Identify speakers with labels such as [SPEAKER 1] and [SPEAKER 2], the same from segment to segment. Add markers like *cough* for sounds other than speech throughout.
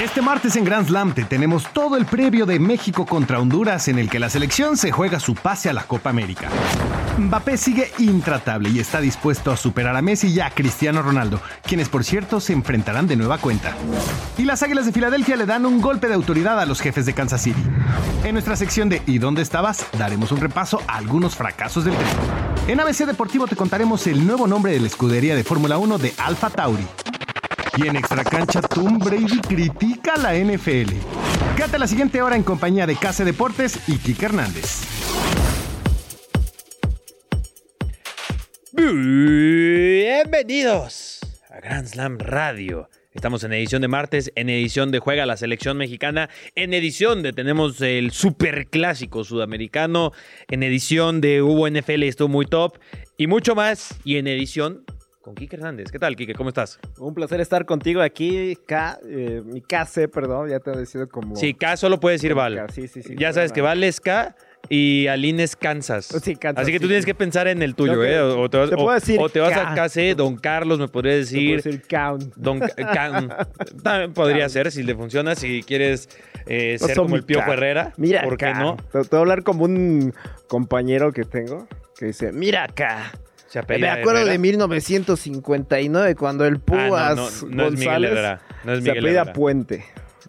[SPEAKER 1] Este martes en Grand Slam te tenemos todo el previo de México contra Honduras en el que la selección se juega su pase a la Copa América. Mbappé sigue intratable y está dispuesto a superar a Messi y a Cristiano Ronaldo, quienes por cierto se enfrentarán de nueva cuenta. Y las Águilas de Filadelfia le dan un golpe de autoridad a los jefes de Kansas City. En nuestra sección de ¿Y dónde estabas? daremos un repaso a algunos fracasos del tren. En ABC Deportivo te contaremos el nuevo nombre de la escudería de Fórmula 1 de Alfa Tauri. Y en Extracancha, Tom Brady critica a la NFL. Quédate la siguiente hora en compañía de Case Deportes y Kike Hernández.
[SPEAKER 2] Bienvenidos a Grand Slam Radio. Estamos en edición de martes, en edición de Juega la Selección Mexicana, en edición de tenemos el Superclásico Sudamericano, en edición de Hubo NFL, estuvo muy top, y mucho más, y en edición con Quique Hernández. ¿Qué tal, Quique? ¿Cómo estás?
[SPEAKER 3] Un placer estar contigo aquí, K, eh, mi KC, perdón, ya te he decidido como...
[SPEAKER 2] Sí, K solo puede decir
[SPEAKER 3] como
[SPEAKER 2] Val.
[SPEAKER 3] K, Sí, sí, sí.
[SPEAKER 2] ya sabes que Val es K y Alin es Kansas.
[SPEAKER 3] Oh, Sí, Kansas,
[SPEAKER 2] Así que tú
[SPEAKER 3] sí,
[SPEAKER 2] tienes
[SPEAKER 3] sí.
[SPEAKER 2] que pensar en el tuyo,
[SPEAKER 3] Yo te-
[SPEAKER 2] ¿eh? O o te vas,
[SPEAKER 3] te
[SPEAKER 2] o-
[SPEAKER 3] puedo decir
[SPEAKER 2] o te vas a
[SPEAKER 3] K.
[SPEAKER 2] KC, Don Carlos me podría
[SPEAKER 3] Puedo
[SPEAKER 2] decir.
[SPEAKER 3] decir count.
[SPEAKER 2] Don Can. También podría ser, si le funciona, si quieres eh,
[SPEAKER 3] No
[SPEAKER 2] ser
[SPEAKER 3] son
[SPEAKER 2] como el
[SPEAKER 3] mi
[SPEAKER 2] Piojo
[SPEAKER 3] K.
[SPEAKER 2] Herrera.
[SPEAKER 3] Mira
[SPEAKER 2] ¿Por qué
[SPEAKER 3] K.
[SPEAKER 2] no?
[SPEAKER 3] Te, te voy a hablar como un compañero que tengo que dice, mira acá,
[SPEAKER 2] Se
[SPEAKER 3] me
[SPEAKER 2] apellida
[SPEAKER 3] acuerdo
[SPEAKER 2] Herrera.
[SPEAKER 3] de 1959 cuando el
[SPEAKER 2] Ah, no, no,
[SPEAKER 3] Púas
[SPEAKER 2] no es Miguel
[SPEAKER 3] González
[SPEAKER 2] Herrera. No es
[SPEAKER 3] se
[SPEAKER 2] Miguel
[SPEAKER 3] apellida
[SPEAKER 2] Herrera.
[SPEAKER 3] Puente.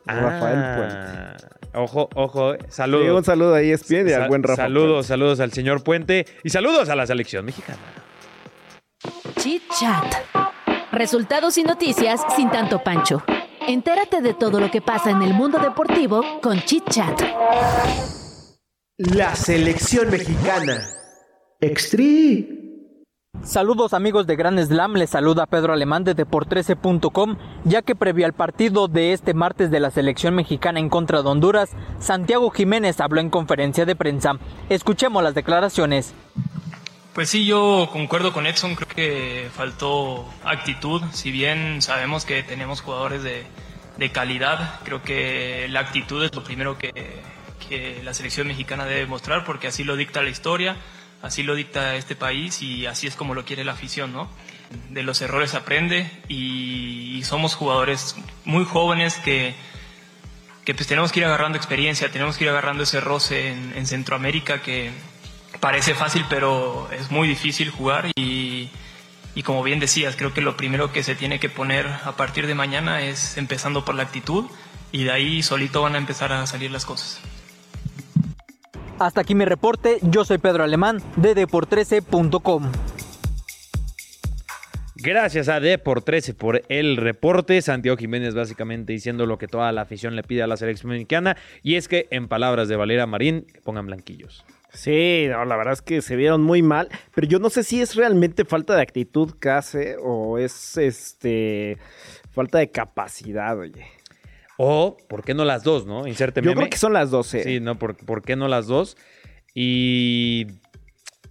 [SPEAKER 2] Ah,
[SPEAKER 3] Rafael Puente.
[SPEAKER 2] Ojo, ojo. eh.
[SPEAKER 3] Le digo un
[SPEAKER 2] Saludos.
[SPEAKER 3] saludo ahí, ESPN, y al buen Rafa.
[SPEAKER 2] saludos, saludos al señor Puente y saludos a la selección mexicana.
[SPEAKER 4] Chit Chat. Resultados y noticias sin tanto pancho. Entérate de todo lo que pasa en el mundo deportivo con Chit Chat.
[SPEAKER 5] La selección mexicana. Extri.
[SPEAKER 6] Saludos amigos de Gran Slam, les saluda Pedro Alemán de Depor13.com, ya que previo al partido de este martes de la selección mexicana en contra de Honduras, Santiago Jiménez habló en conferencia de prensa. Escuchemos las declaraciones.
[SPEAKER 7] Pues sí, yo concuerdo con Edson, creo que faltó actitud, si bien sabemos que tenemos jugadores de, de calidad, creo que la actitud es lo primero que, que la selección mexicana debe mostrar porque así lo dicta la historia, así lo dicta este país y así es como lo quiere la afición, ¿no? De los errores se aprende y, y somos jugadores muy jóvenes que, que pues tenemos que ir agarrando experiencia, tenemos que ir agarrando ese roce en, en Centroamérica que parece fácil, pero es muy difícil jugar y, y como bien decías, creo que lo primero que se tiene que poner a partir de mañana es empezando por la actitud y de ahí solito van a empezar a salir las cosas.
[SPEAKER 6] Hasta aquí mi reporte, yo soy Pedro Alemán de Depor13.com.
[SPEAKER 2] Gracias a D por 13 por el reporte. Santiago Jiménez básicamente diciendo lo que toda la afición le pide a la selección mexicana. Y es que, en palabras de Valera Marín, que pongan blanquillos.
[SPEAKER 3] Sí, no, la verdad es que se vieron muy mal, pero yo no sé si es realmente falta de actitud casi o es este falta de capacidad, oye.
[SPEAKER 2] O, ¿por qué no las dos, no? Inserte
[SPEAKER 3] Yo
[SPEAKER 2] meme.
[SPEAKER 3] creo que son las 12.
[SPEAKER 2] Sí, no, ¿Por, por qué no las dos? Y.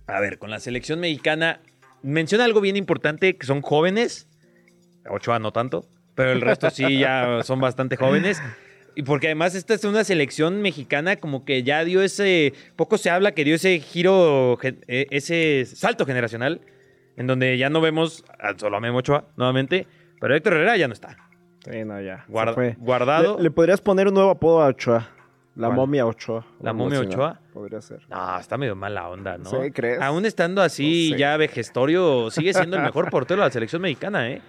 [SPEAKER 2] A ver, con la selección mexicana. Menciona algo bien importante: que son jóvenes. Ochoa no tanto. Pero el resto sí ya son bastante jóvenes. Y porque además esta es una selección mexicana como que ya dio ese. Poco se habla que dio ese giro. gen- eh, Ese salto generacional. En donde ya no vemos a- solo a Memo Ochoa nuevamente. Pero Héctor Herrera ya no está.
[SPEAKER 3] Sí, no, ya. se
[SPEAKER 2] Guarda-
[SPEAKER 3] fue.
[SPEAKER 2] guardado.
[SPEAKER 3] Le, le podrías poner un nuevo apodo a Ochoa. La
[SPEAKER 2] ¿Cuál?
[SPEAKER 3] momia Ochoa.
[SPEAKER 2] ¿La
[SPEAKER 3] o algo
[SPEAKER 2] momia
[SPEAKER 3] así, ¿no?
[SPEAKER 2] Ochoa?
[SPEAKER 3] Podría ser.
[SPEAKER 2] No, está medio mala onda, ¿no?
[SPEAKER 3] Sí, ¿crees?
[SPEAKER 2] Aún estando así
[SPEAKER 3] No sé.
[SPEAKER 2] ya vejestorio, sigue siendo el mejor portero de la selección mexicana, ¿eh?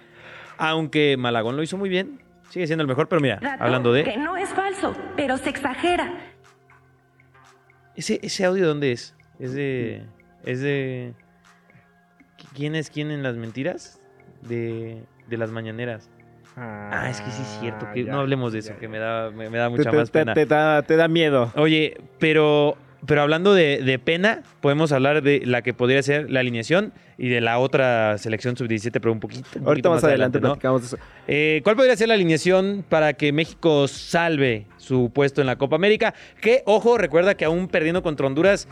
[SPEAKER 2] Aunque Malagón lo hizo muy bien, sigue siendo el mejor, pero mira,
[SPEAKER 8] Dato
[SPEAKER 2] hablando
[SPEAKER 8] Que
[SPEAKER 2] de...
[SPEAKER 8] no es falso, pero se exagera.
[SPEAKER 2] ¿Ese, ese audio dónde es? Es de... Es de... ¿qui- ¿Quién es quién en las mentiras? De, de las mañaneras. Ah, es que sí es cierto, que
[SPEAKER 3] ya,
[SPEAKER 2] no hablemos de eso,
[SPEAKER 3] ya,
[SPEAKER 2] que
[SPEAKER 3] ya.
[SPEAKER 2] me da, me, me da
[SPEAKER 3] Te-
[SPEAKER 2] mucha
[SPEAKER 3] te,
[SPEAKER 2] más
[SPEAKER 3] te-
[SPEAKER 2] pena.
[SPEAKER 3] te da, te da miedo.
[SPEAKER 2] Oye, pero pero hablando de, de pena, podemos hablar de la que podría ser la alineación y de la otra selección sub-17, pero un poquito. un
[SPEAKER 3] Ahorita
[SPEAKER 2] poquito
[SPEAKER 3] más adelante
[SPEAKER 2] ¿no?
[SPEAKER 3] platicamos de eso.
[SPEAKER 2] Eh, ¿Cuál podría ser la alineación para que México salve su puesto en la Copa América? Que, ojo, recuerda que aún perdiendo contra Honduras,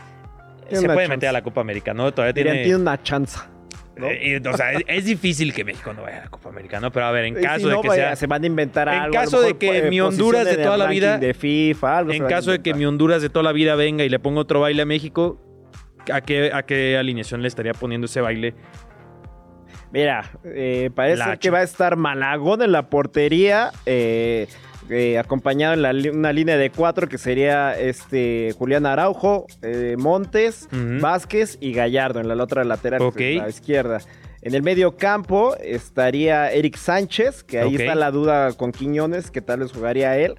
[SPEAKER 3] Tiene
[SPEAKER 2] se
[SPEAKER 3] una
[SPEAKER 2] puede
[SPEAKER 3] chance.
[SPEAKER 2] meter a la Copa América, ¿no? Todavía
[SPEAKER 3] Dirían,
[SPEAKER 2] tiene...
[SPEAKER 3] tiene una chanza. ¿no?
[SPEAKER 2] eh, eh, o sea, es, es difícil que México no vaya a la Copa América, ¿no? Pero a ver, en
[SPEAKER 3] Y
[SPEAKER 2] caso
[SPEAKER 3] si no,
[SPEAKER 2] de que
[SPEAKER 3] vaya,
[SPEAKER 2] sea...
[SPEAKER 3] se van a inventar
[SPEAKER 2] en
[SPEAKER 3] algo. a lo
[SPEAKER 2] caso de
[SPEAKER 3] mejor,
[SPEAKER 2] que
[SPEAKER 3] eh,
[SPEAKER 2] mi Honduras de
[SPEAKER 3] posiciones
[SPEAKER 2] toda la
[SPEAKER 3] ranking
[SPEAKER 2] vida-
[SPEAKER 3] De FIFA, algo se
[SPEAKER 2] En
[SPEAKER 3] van a
[SPEAKER 2] caso de que mi
[SPEAKER 3] inventar.
[SPEAKER 2] Honduras de toda la vida venga y le ponga otro baile a México, ¿a qué, a qué alineación le estaría poniendo ese baile?
[SPEAKER 3] Mira, eh, parece
[SPEAKER 2] Lacho.
[SPEAKER 3] que va a estar Malagón en la portería, eh, eh, acompañado en la li- una línea de cuatro que sería este Julián Araujo, eh, Montes,
[SPEAKER 2] Ujú.
[SPEAKER 3] Vázquez y Gallardo en la la otra lateral, pues,
[SPEAKER 2] Ok.
[SPEAKER 3] la izquierda. En el medio campo estaría Eric Sánchez, que ahí
[SPEAKER 2] Ok.
[SPEAKER 3] está la duda con Quiñones, que tal vez jugaría él.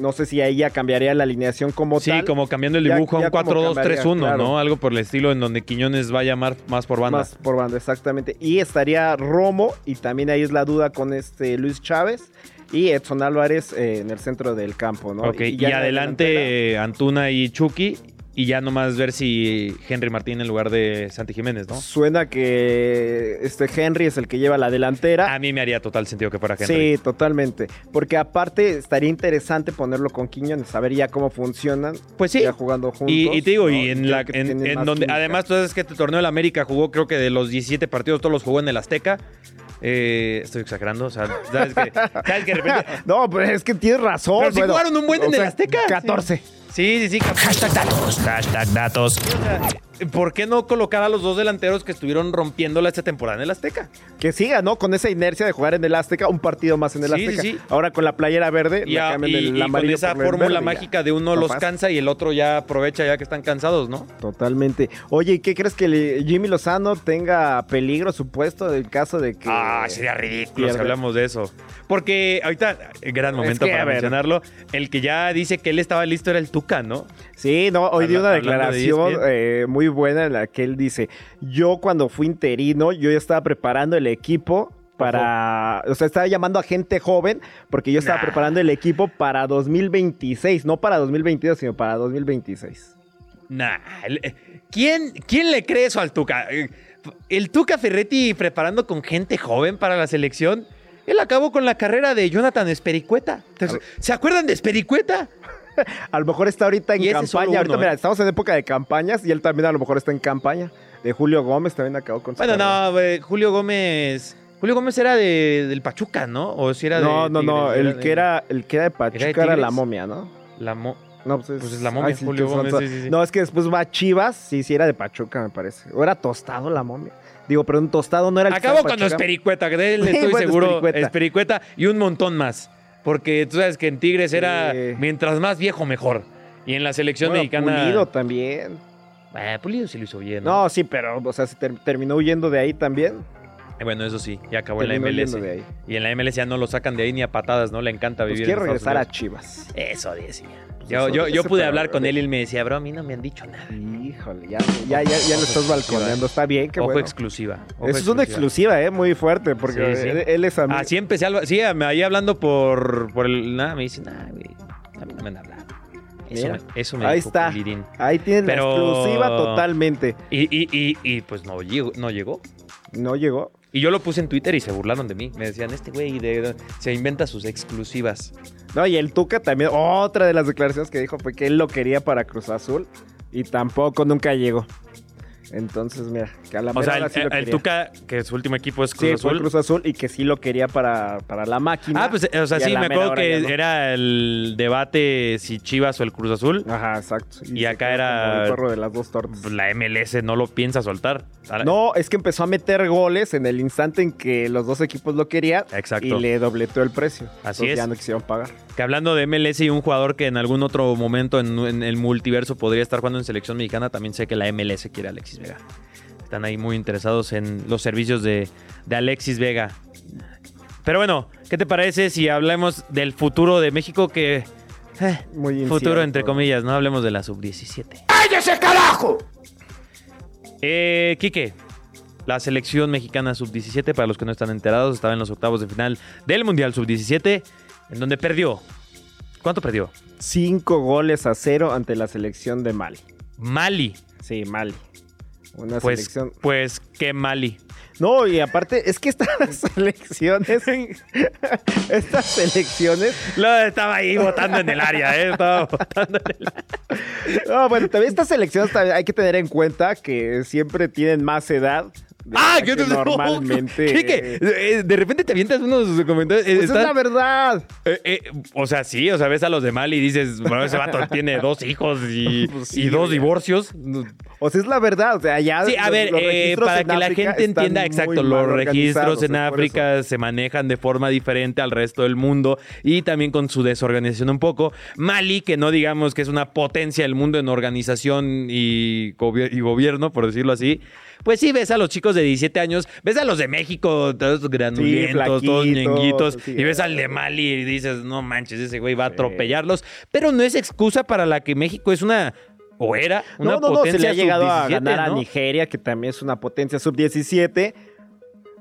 [SPEAKER 3] No sé si ahí ya cambiaría la alineación como
[SPEAKER 2] Sí,
[SPEAKER 3] Pues tal.
[SPEAKER 2] como cambiando el
[SPEAKER 3] ya-
[SPEAKER 2] dibujo
[SPEAKER 3] ya
[SPEAKER 2] a
[SPEAKER 3] como
[SPEAKER 2] un 4-2-3-1,
[SPEAKER 3] cambiaría,
[SPEAKER 2] ¿no?
[SPEAKER 3] claro.
[SPEAKER 2] Algo por el estilo en donde Quiñones vaya más, más por banda.
[SPEAKER 3] Más por banda, exactamente. Y estaría Romo, y también ahí es la duda con este Luis Chávez y Edson Álvarez eh, en el centro del campo, ¿no?
[SPEAKER 2] Ok, y,
[SPEAKER 3] ya en la delantera,
[SPEAKER 2] adelante eh, Antuna y Chucky. Y ya nomás ver si Henry Martín en lugar de Santi Jiménez, ¿no?
[SPEAKER 3] Suena que este Henry es el que lleva la delantera.
[SPEAKER 2] A mí me haría total sentido que fuera Ah, Henry.
[SPEAKER 3] Ah. Sí, totalmente. Porque aparte estaría interesante ponerlo con Quiñones, saber ya cómo funcionan.
[SPEAKER 2] Pues sí.
[SPEAKER 3] Ya jugando juntos.
[SPEAKER 2] Y, y te digo,
[SPEAKER 3] ¿no?
[SPEAKER 2] y en,
[SPEAKER 3] creo
[SPEAKER 2] la,
[SPEAKER 3] que
[SPEAKER 2] en-
[SPEAKER 3] tienen
[SPEAKER 2] en
[SPEAKER 3] más
[SPEAKER 2] donde,
[SPEAKER 3] química.
[SPEAKER 2] además, tú sabes que este torneo de la América jugó, creo que de los 17 partidos, todos los jugó en el Azteca. Eh, estoy exagerando, o sea, sabes
[SPEAKER 3] *laughs*
[SPEAKER 2] que, sabes que de repente.
[SPEAKER 3] No, pero es que tienes razón.
[SPEAKER 2] Pero sí
[SPEAKER 3] bueno.
[SPEAKER 2] jugaron un buen en
[SPEAKER 3] O sea,
[SPEAKER 2] el Azteca.
[SPEAKER 3] 14.
[SPEAKER 2] Sí, sí, sí. Hashtag datos. Hashtag datos. ¿Por qué no colocar a los dos delanteros que estuvieron rompiéndola esta temporada en el Azteca?
[SPEAKER 3] *laughs* Que siga, ¿no? Con esa inercia de jugar en el Azteca, un partido más en el
[SPEAKER 2] Sí,
[SPEAKER 3] Azteca.
[SPEAKER 2] sí, sí.
[SPEAKER 3] Ahora con la playera verde,
[SPEAKER 2] Y,
[SPEAKER 3] le
[SPEAKER 2] a-
[SPEAKER 3] cambian
[SPEAKER 2] y-
[SPEAKER 3] el
[SPEAKER 2] y con
[SPEAKER 3] amarillo
[SPEAKER 2] esa
[SPEAKER 3] por el
[SPEAKER 2] fórmula
[SPEAKER 3] verde,
[SPEAKER 2] mágica de uno
[SPEAKER 3] No
[SPEAKER 2] los
[SPEAKER 3] pasa.
[SPEAKER 2] cansa y el otro ya aprovecha ya que están cansados, ¿no?
[SPEAKER 3] ya. Totalmente. Oye, ¿y qué crees que le- Jimmy Lozano tenga peligro supuesto del caso de que.
[SPEAKER 2] Ah, sería ridículo si
[SPEAKER 3] Pierde.
[SPEAKER 2] hablamos de eso. Porque ahorita, eh, gran momento
[SPEAKER 3] que, a
[SPEAKER 2] para
[SPEAKER 3] ver.
[SPEAKER 2] mencionarlo, el que ya dice que él estaba listo era el Tuca, ¿no?
[SPEAKER 3] Sí, no, hoy dio
[SPEAKER 2] Habla-
[SPEAKER 3] una
[SPEAKER 2] hablando de E
[SPEAKER 3] declaración
[SPEAKER 2] ESPN.
[SPEAKER 3] eh, muy buena en la que él dice: Yo cuando fui interino, yo ya estaba preparando el equipo. Para, o sea, estaba llamando a gente joven porque yo estaba
[SPEAKER 2] Nah.
[SPEAKER 3] preparando el equipo para 2026, no para 2022, sino para 2026.
[SPEAKER 2] Nah. el- eh, ¿Quién, ¿Quién le cree eso al Tuca? Eh, El Tuca Ferretti preparando con gente joven para la selección. Él acabó con la carrera de Jonathan Espericueta. Entonces, ¿Se acuerdan de Espericueta?
[SPEAKER 3] A lo mejor está ahorita en
[SPEAKER 2] Y ese es solo
[SPEAKER 3] campaña. Ahorita,
[SPEAKER 2] uno, ¿eh?
[SPEAKER 3] mira, estamos en época de campañas y él también a lo mejor está en campaña. De Julio Gómez también acabó con su
[SPEAKER 2] Bueno,
[SPEAKER 3] carrera.
[SPEAKER 2] no, eh, Julio Gómez. Julio Gómez era de- del Pachuca, ¿no? O si era
[SPEAKER 3] No,
[SPEAKER 2] de
[SPEAKER 3] no, no.
[SPEAKER 2] Tigres,
[SPEAKER 3] El que
[SPEAKER 2] de-
[SPEAKER 3] era, el que era de Pachuca era, la
[SPEAKER 2] Tigres?
[SPEAKER 3] momia, ¿no?
[SPEAKER 2] La mo-
[SPEAKER 3] No, pues es,
[SPEAKER 2] Pues es la momia,
[SPEAKER 3] sí,
[SPEAKER 2] Julio
[SPEAKER 3] que son-
[SPEAKER 2] Gómez,
[SPEAKER 3] son-
[SPEAKER 2] sí, sí, sí.
[SPEAKER 3] No, es que después va a Chivas. Sí, sí, era de Pachuca, me parece. O era tostado la momia. Digo, pero un tostado no era el que
[SPEAKER 2] Acabo
[SPEAKER 3] estaba en
[SPEAKER 2] con los
[SPEAKER 3] Pachuca.
[SPEAKER 2] Pericueta, que de él
[SPEAKER 3] *laughs* Sí,
[SPEAKER 2] estoy
[SPEAKER 3] bueno,
[SPEAKER 2] seguro.
[SPEAKER 3] Espericueta.
[SPEAKER 2] Espericueta y un montón más. Porque tú sabes que en Tigres era
[SPEAKER 3] Sí.
[SPEAKER 2] mientras más viejo, mejor. Y en la selección
[SPEAKER 3] Bueno,
[SPEAKER 2] mexicana.
[SPEAKER 3] Pulido también.
[SPEAKER 2] Ah, Pulido sí lo hizo bien. ¿no?
[SPEAKER 3] No, sí, pero, o sea, se ter- terminó huyendo de ahí también.
[SPEAKER 2] Eh, Bueno, eso sí, ya acabó en la
[SPEAKER 3] terminó
[SPEAKER 2] MLS.
[SPEAKER 3] huyendo de ahí.
[SPEAKER 2] Y en la MLS ya no lo sacan de ahí ni a patadas, ¿no? Le encanta
[SPEAKER 3] Pues
[SPEAKER 2] vivir.
[SPEAKER 3] quiere
[SPEAKER 2] en Estados
[SPEAKER 3] regresar a
[SPEAKER 2] Unidos.
[SPEAKER 3] Chivas.
[SPEAKER 2] Eso decía. Yo,
[SPEAKER 3] eso-
[SPEAKER 2] yo, yo
[SPEAKER 3] eso
[SPEAKER 2] pude
[SPEAKER 3] para-
[SPEAKER 2] hablar con él y él me decía, bro, a mí no me han dicho nada.
[SPEAKER 3] Híjole, ya, ya, ya, ya lo estás balconeando. Está bien, qué
[SPEAKER 2] Ojo
[SPEAKER 3] bueno.
[SPEAKER 2] exclusiva. ojo
[SPEAKER 3] Eso es una exclusiva, ¿eh? Muy fuerte, porque
[SPEAKER 2] Sí, sí.
[SPEAKER 3] Él, él es amigo.
[SPEAKER 2] Así empecé, al- sí, me ahí hablando por, por el... Nada, me dice, nada, güey, a mí no me han hablado. Eso,
[SPEAKER 3] Mira,
[SPEAKER 2] me, eso me
[SPEAKER 3] Ahí
[SPEAKER 2] dijo
[SPEAKER 3] está.
[SPEAKER 2] Pulirín.
[SPEAKER 3] Ahí tienen
[SPEAKER 2] Pero-
[SPEAKER 3] la exclusiva totalmente.
[SPEAKER 2] Y, y, y, y, pues no llegó, no llegó.
[SPEAKER 3] No llegó.
[SPEAKER 2] Y yo lo puse en Twitter y se burlaron de mí. Me decían, este güey de- de- se inventa sus exclusivas.
[SPEAKER 3] No, y el Tuca también. Otra de las declaraciones que dijo fue que él lo quería para Cruz Azul y tampoco nunca llegó. Entonces, mira, que a la
[SPEAKER 2] o
[SPEAKER 3] mera
[SPEAKER 2] sea, el,
[SPEAKER 3] hora sí lo
[SPEAKER 2] el- el
[SPEAKER 3] quería.
[SPEAKER 2] Tuca, que su último equipo es
[SPEAKER 3] Sí,
[SPEAKER 2] Cruz
[SPEAKER 3] fue
[SPEAKER 2] Azul.
[SPEAKER 3] Cruz Azul y que sí lo quería para, para la máquina.
[SPEAKER 2] Ah, pues, o sea,
[SPEAKER 3] Y a
[SPEAKER 2] sí,
[SPEAKER 3] la
[SPEAKER 2] me
[SPEAKER 3] mera
[SPEAKER 2] acuerdo
[SPEAKER 3] hora
[SPEAKER 2] que
[SPEAKER 3] ya no.
[SPEAKER 2] era el debate si Chivas o el Cruz Azul.
[SPEAKER 3] Ajá, exacto.
[SPEAKER 2] Y
[SPEAKER 3] se
[SPEAKER 2] acá
[SPEAKER 3] quedó
[SPEAKER 2] era-
[SPEAKER 3] como El perro de las dos tortas.
[SPEAKER 2] Pues, La MLS no lo piensa soltar. Ahora-
[SPEAKER 3] No, es que empezó a meter goles en el instante en que los dos equipos lo querían.
[SPEAKER 2] Exacto.
[SPEAKER 3] Y le dobletó el precio.
[SPEAKER 2] Así
[SPEAKER 3] Entonces
[SPEAKER 2] es.
[SPEAKER 3] Ya no quisieron pagar.
[SPEAKER 2] Que hablando de MLS y un jugador que en algún otro momento en, en el multiverso podría estar jugando en selección mexicana, también sé que la MLS quiere a Alexis Vega. Están ahí muy interesados en los servicios de, de Alexis Vega. Pero bueno, ¿qué te parece si hablamos del futuro de México que... eh,
[SPEAKER 3] Muy incierto.
[SPEAKER 2] futuro entre comillas, no hablemos de la sub-17.
[SPEAKER 5] ¡Cállese, carajo!
[SPEAKER 2] Eh, Quique, la selección mexicana sub-17, para los que no están enterados, estaba en los octavos de final del Mundial sub-17, en donde perdió. ¿Cuánto perdió?
[SPEAKER 3] Cinco goles a cero ante la selección de Mali.
[SPEAKER 2] Mali.
[SPEAKER 3] Sí, Mali. Una
[SPEAKER 2] Pues,
[SPEAKER 3] selección.
[SPEAKER 2] pues qué Mali.
[SPEAKER 3] No, y aparte, es
[SPEAKER 2] *laughs*
[SPEAKER 3] que estas selecciones. *laughs* estas selecciones.
[SPEAKER 2] Lo estaba ahí votando en el área, ¿eh? Estaba votando en el
[SPEAKER 3] No, bueno, también estas selecciones también hay que tener en cuenta que siempre tienen más edad. de
[SPEAKER 2] ¡Ah!
[SPEAKER 3] la
[SPEAKER 2] ¿Qué
[SPEAKER 3] que
[SPEAKER 2] *laughs*
[SPEAKER 3] normalmente.
[SPEAKER 2] ¿Qué, qué? Eh, De repente te avientas unos comentarios. eh,
[SPEAKER 3] Pues es
[SPEAKER 2] están-
[SPEAKER 3] la verdad.
[SPEAKER 2] eh, eh, o sea, sí, o sea, ves a los de Mali y dices, bueno, ese vato tiene dos hijos y,
[SPEAKER 3] *laughs* Pues sí,
[SPEAKER 2] y dos
[SPEAKER 3] oye.
[SPEAKER 2] divorcios.
[SPEAKER 3] O sea, es la verdad. O sea, ya.
[SPEAKER 2] Sí, a
[SPEAKER 3] los-
[SPEAKER 2] ver,
[SPEAKER 3] los
[SPEAKER 2] eh,
[SPEAKER 3] registros
[SPEAKER 2] para
[SPEAKER 3] en
[SPEAKER 2] que la
[SPEAKER 3] África
[SPEAKER 2] gente
[SPEAKER 3] están
[SPEAKER 2] entienda,
[SPEAKER 3] muy
[SPEAKER 2] exacto,
[SPEAKER 3] mal
[SPEAKER 2] los
[SPEAKER 3] organizados,
[SPEAKER 2] registros en
[SPEAKER 3] es por eso.
[SPEAKER 2] África se manejan de forma diferente al resto del mundo y también con su desorganización un poco. Mali, que no digamos que es una potencia del mundo en organización y, gobi- y gobierno, por decirlo así, pues sí ves a los chicos de 17 años, ves a los de México, todos granulientos, todos
[SPEAKER 3] flaquitos,
[SPEAKER 2] ñenguitos,
[SPEAKER 3] sí,
[SPEAKER 2] y ves
[SPEAKER 3] eh.
[SPEAKER 2] al de Mali y dices, no manches, ese güey va a atropellarlos, pero no es excusa para la que México es una... O era una
[SPEAKER 3] no, no, no,
[SPEAKER 2] potencia
[SPEAKER 3] se le ha llegado a
[SPEAKER 2] sub-17,
[SPEAKER 3] ganar a
[SPEAKER 2] ¿no?
[SPEAKER 3] Nigeria, que también es una potencia sub-17.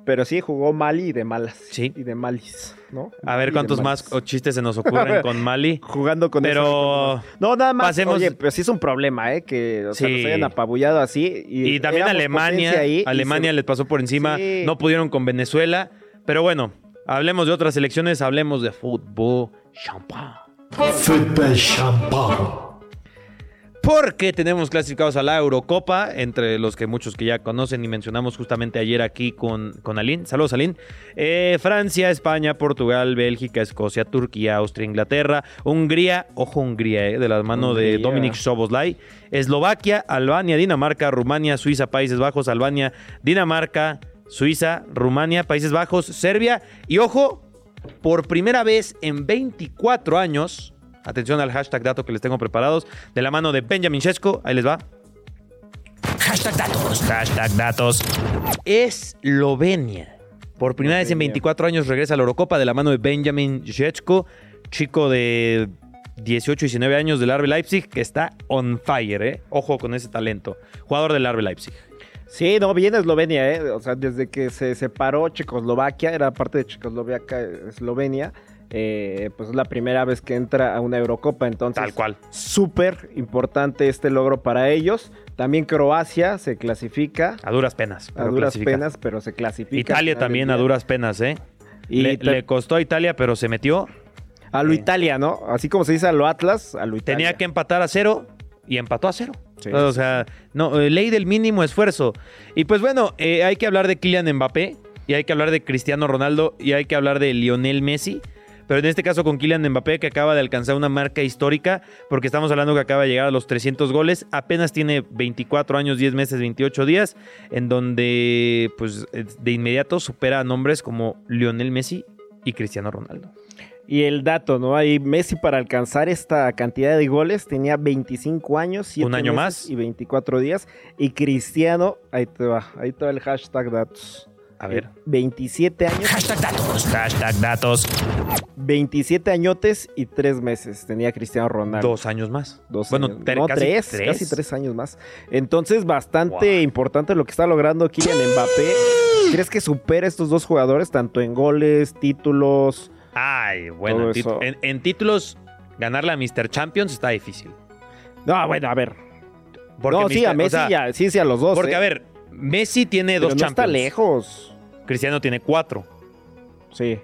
[SPEAKER 3] Pero sí, jugó Mali y de malas.
[SPEAKER 2] Sí.
[SPEAKER 3] Y de malis, ¿no?
[SPEAKER 2] A ver
[SPEAKER 3] Y de
[SPEAKER 2] cuántos
[SPEAKER 3] malis.
[SPEAKER 2] más o chistes se
[SPEAKER 3] *laughs*
[SPEAKER 2] nos ocurren con Mali.
[SPEAKER 3] Jugando con
[SPEAKER 2] Pero-
[SPEAKER 3] eso. No, nada más.
[SPEAKER 2] pasemos-
[SPEAKER 3] Oye, pero sí es un problema, ¿eh? Que o sea,
[SPEAKER 2] Sí.
[SPEAKER 3] nos hayan apabullado así. Y,
[SPEAKER 2] Y también
[SPEAKER 3] éramos
[SPEAKER 2] Alemania.
[SPEAKER 3] potencia ahí, y
[SPEAKER 2] Alemania
[SPEAKER 3] se-
[SPEAKER 2] les pasó por encima.
[SPEAKER 3] Sí.
[SPEAKER 2] No pudieron con Venezuela. Pero bueno, hablemos de otras selecciones, hablemos de fútbol. Champán.
[SPEAKER 5] Fútbol champán.
[SPEAKER 2] Porque tenemos clasificados a la Eurocopa, entre los que muchos que ya conocen y mencionamos justamente ayer aquí con, con Alín. Saludos, Alín. Eh, Francia, España, Portugal, Bélgica, Escocia, Turquía, Austria, Inglaterra, Hungría, ojo Hungría, eh, de la mano de
[SPEAKER 3] Hungría.
[SPEAKER 2] Dominic Soboslai, Eslovaquia, Albania, Dinamarca, Rumania, Suiza, Países Bajos, Albania, Dinamarca, Suiza, Rumania, Países Bajos, Serbia y ojo, por primera vez en 24 años, atención al hashtag dato que les tengo preparados, de la mano de Benjamin Sheshko, ahí les va. Hashtag datos. Hashtag datos. Eslovenia. Por primera vez en
[SPEAKER 3] Eslovenia.
[SPEAKER 2] 24 años regresa a la Eurocopa de la mano de Benjamin Sheshko, chico de 18 y 19 años del RB Leipzig, que está on fire, ¿eh? Ojo con ese talento. Jugador del RB Leipzig.
[SPEAKER 3] Sí, no, bien Eslovenia, ¿eh? O sea, desde que se separó Checoslovaquia, era parte de Checoslovaquia, Eslovenia, eh, pues es la primera vez que entra a una Eurocopa, entonces.
[SPEAKER 2] Tal cual.
[SPEAKER 3] Súper importante este logro para ellos. También Croacia se clasifica.
[SPEAKER 2] A duras penas.
[SPEAKER 3] A
[SPEAKER 2] Ah, pero
[SPEAKER 3] duras
[SPEAKER 2] clasifica.
[SPEAKER 3] penas, pero se clasifica. al
[SPEAKER 2] Italia
[SPEAKER 3] final
[SPEAKER 2] también
[SPEAKER 3] del
[SPEAKER 2] a
[SPEAKER 3] día.
[SPEAKER 2] duras penas, ¿eh?
[SPEAKER 3] Y
[SPEAKER 2] le,
[SPEAKER 3] ta-
[SPEAKER 2] le costó a Italia, pero se metió.
[SPEAKER 3] A lo Italia, ¿no? Así como se dice a lo Atlas, a lo Italia.
[SPEAKER 2] Tenía que empatar a cero y empató a cero.
[SPEAKER 3] Sí.
[SPEAKER 2] O sea, no, eh, ley del mínimo esfuerzo. Y pues bueno, eh, hay que hablar de Kylian Mbappé, y hay que hablar de Cristiano Ronaldo, y hay que hablar de Lionel Messi. Pero en este caso con Kylian Mbappé, que acaba de alcanzar una marca histórica, porque estamos hablando que acaba de llegar a los 300 goles. Apenas tiene 24 años, 10 meses, 28 días, en donde pues eh, de inmediato supera a nombres como Lionel Messi y Cristiano Ronaldo.
[SPEAKER 3] Y el dato, ¿no? Ahí Messi para alcanzar esta cantidad de goles tenía 25 años, 7
[SPEAKER 2] Un año
[SPEAKER 3] meses
[SPEAKER 2] más.
[SPEAKER 3] y 24 días. Y Cristiano, ahí te va, ahí te va el hashtag datos.
[SPEAKER 2] A
[SPEAKER 3] Eh,
[SPEAKER 2] ver.
[SPEAKER 3] 27 años. Pues, Hashtag datos. Hashtag datos. 27 añotes y 3 meses tenía Cristiano Ronaldo.
[SPEAKER 2] Dos años más.
[SPEAKER 3] Dos
[SPEAKER 2] bueno,
[SPEAKER 3] años.
[SPEAKER 2] ter-
[SPEAKER 3] no,
[SPEAKER 2] casi
[SPEAKER 3] tres,
[SPEAKER 2] tres.
[SPEAKER 3] casi tres años más. Entonces, bastante
[SPEAKER 2] Wow.
[SPEAKER 3] importante lo que está logrando Kylian Mbappé. ¿Crees que supera estos dos jugadores, tanto en goles, títulos?
[SPEAKER 2] Ay, bueno,
[SPEAKER 3] Todo
[SPEAKER 2] en, tit-
[SPEAKER 3] eso.
[SPEAKER 2] en- en títulos, ganarle a Mr. Champions está difícil.
[SPEAKER 3] No, bueno, a ver.
[SPEAKER 2] Porque
[SPEAKER 3] no, sí,
[SPEAKER 2] Mr.
[SPEAKER 3] a
[SPEAKER 2] o
[SPEAKER 3] Messi
[SPEAKER 2] sea,
[SPEAKER 3] ya, sí, sí, a los dos.
[SPEAKER 2] Porque,
[SPEAKER 3] ¿eh?
[SPEAKER 2] a ver, Messi tiene
[SPEAKER 3] Pero
[SPEAKER 2] dos
[SPEAKER 3] no
[SPEAKER 2] Champions.
[SPEAKER 3] está lejos.
[SPEAKER 2] Cristiano tiene cuatro.
[SPEAKER 3] Sí,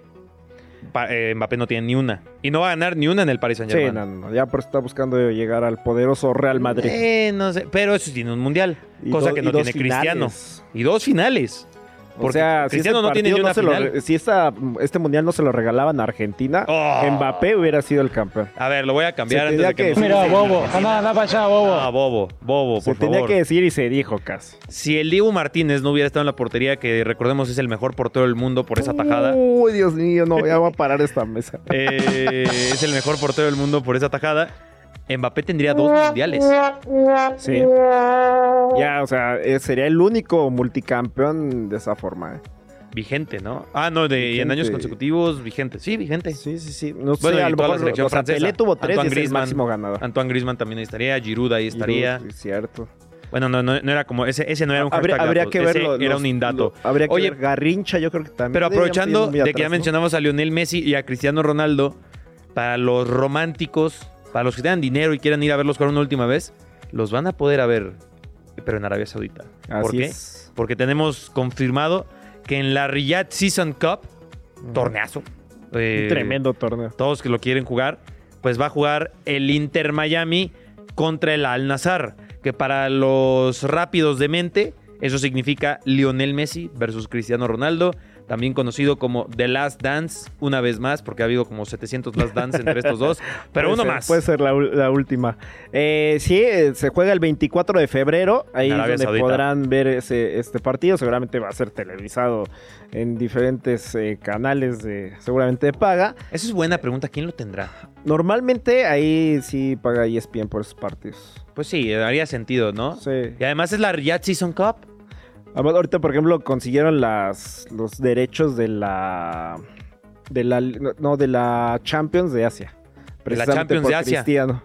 [SPEAKER 2] Pa- eh, Mbappé no tiene ni una. Y no va a ganar ni una en el Paris Saint
[SPEAKER 3] sí,
[SPEAKER 2] Germain.
[SPEAKER 3] no, no, no, ya por está buscando llegar al poderoso Real Madrid.
[SPEAKER 2] no sé. Pero eso sí tiene un mundial.
[SPEAKER 3] Y
[SPEAKER 2] Eh, cosa
[SPEAKER 3] do-
[SPEAKER 2] que
[SPEAKER 3] y
[SPEAKER 2] no
[SPEAKER 3] dos
[SPEAKER 2] tiene Cristiano.
[SPEAKER 3] finales.
[SPEAKER 2] Y dos finales.
[SPEAKER 3] O
[SPEAKER 2] Porque
[SPEAKER 3] sea,
[SPEAKER 2] Cristiano
[SPEAKER 3] si
[SPEAKER 2] no
[SPEAKER 3] este
[SPEAKER 2] tiene ni
[SPEAKER 3] partido
[SPEAKER 2] una
[SPEAKER 3] no se lo
[SPEAKER 2] final.
[SPEAKER 3] re- si esta- este mundial no se lo regalaban a Argentina,
[SPEAKER 2] Oh.
[SPEAKER 3] Mbappé hubiera sido el campeón.
[SPEAKER 2] A ver, lo voy a cambiar
[SPEAKER 3] Se
[SPEAKER 2] antes de
[SPEAKER 3] tenía
[SPEAKER 2] que...
[SPEAKER 3] que-
[SPEAKER 2] nos-
[SPEAKER 3] Mira,
[SPEAKER 6] bobo, anda, anda para allá,
[SPEAKER 2] Ah, bobo, bobo,
[SPEAKER 3] Se
[SPEAKER 2] por
[SPEAKER 3] tenía
[SPEAKER 2] favor.
[SPEAKER 3] que decir y se dijo casi.
[SPEAKER 2] Si el Diego Martínez no hubiera estado en la portería, que recordemos es el mejor portero del mundo por esa tajada.
[SPEAKER 3] Uy, Dios mío, no, ya voy a parar esta mesa.
[SPEAKER 2] Eh, es el mejor portero del mundo por esa tajada. Mbappé tendría dos mundiales.
[SPEAKER 3] Sí. Ya, o sea, eh, sería el único multicampeón de esa forma. ¿eh?
[SPEAKER 2] Vigente, ¿no? Ah, no, de, en
[SPEAKER 3] Vigente.
[SPEAKER 2] años consecutivos, vigente. Sí, vigente.
[SPEAKER 3] Sí, sí, sí. No
[SPEAKER 2] Bueno, y
[SPEAKER 3] sé, a lo
[SPEAKER 2] toda la
[SPEAKER 3] mejor,
[SPEAKER 2] selección
[SPEAKER 3] o sea,
[SPEAKER 2] francesa.
[SPEAKER 3] Pelé tuvo tres
[SPEAKER 2] Antoine
[SPEAKER 3] y es el
[SPEAKER 2] Griezmann.
[SPEAKER 3] máximo ganador. pues,
[SPEAKER 2] Antoine Griezmann también ahí estaría, Giroud ahí estaría.
[SPEAKER 3] Sí, cierto.
[SPEAKER 2] Bueno, no, no, no era como ese, ese no era un
[SPEAKER 3] Habría,
[SPEAKER 2] hashtag
[SPEAKER 3] habría
[SPEAKER 2] dato,
[SPEAKER 3] que
[SPEAKER 2] ese
[SPEAKER 3] verlo.
[SPEAKER 2] era
[SPEAKER 3] los-
[SPEAKER 2] un indato.
[SPEAKER 3] lo- habría que
[SPEAKER 2] Oye,
[SPEAKER 3] ver Garrincha, yo creo que también.
[SPEAKER 2] Pero
[SPEAKER 3] deberían
[SPEAKER 2] aprovechando
[SPEAKER 3] pedir muy
[SPEAKER 2] de que ya
[SPEAKER 3] atrás, ¿no?
[SPEAKER 2] mencionamos a Lionel Messi y a Cristiano Ronaldo, para los románticos, para los que tengan dinero y quieran ir a verlos jugar una última vez, los van a poder ver, pero en Arabia Saudita. ¿Por
[SPEAKER 3] Así
[SPEAKER 2] qué?
[SPEAKER 3] es.
[SPEAKER 2] Porque tenemos confirmado que en la Riyadh Season Cup, torneazo. eh,
[SPEAKER 3] Tremendo torneo.
[SPEAKER 2] todos que lo quieren jugar, pues va a jugar el Inter Miami contra el Al Nazar, que para los rápidos de mente, eso significa Lionel Messi versus Cristiano Ronaldo, también conocido como The Last Dance, una vez más, porque ha habido como 700 Last Dance entre estos dos, pero
[SPEAKER 3] *laughs* Puede
[SPEAKER 2] uno
[SPEAKER 3] ser- pues.
[SPEAKER 2] más.
[SPEAKER 3] Puede ser la, ul- la última. Eh, sí, eh, se juega el 24 de febrero. Ahí
[SPEAKER 2] En
[SPEAKER 3] es
[SPEAKER 2] Arabia
[SPEAKER 3] donde
[SPEAKER 2] Saudita.
[SPEAKER 3] podrán ver ese, este partido. Seguramente va a ser televisado en diferentes eh, canales de seguramente de paga.
[SPEAKER 2] Esa es buena pregunta, ¿quién lo tendrá?
[SPEAKER 3] Normalmente ahí sí paga E ESPN por esos partidos.
[SPEAKER 2] Pues sí, haría sentido, ¿no?
[SPEAKER 3] Sí.
[SPEAKER 2] Y además es la Riyadh Season Cup.
[SPEAKER 3] Además, ahorita, por ejemplo, consiguieron las, los derechos de la. De la. No, de la Champions de
[SPEAKER 2] De
[SPEAKER 3] Asia.
[SPEAKER 2] la
[SPEAKER 3] Precisamente
[SPEAKER 2] Champions
[SPEAKER 3] por
[SPEAKER 2] de Asia.
[SPEAKER 3] Cristiano.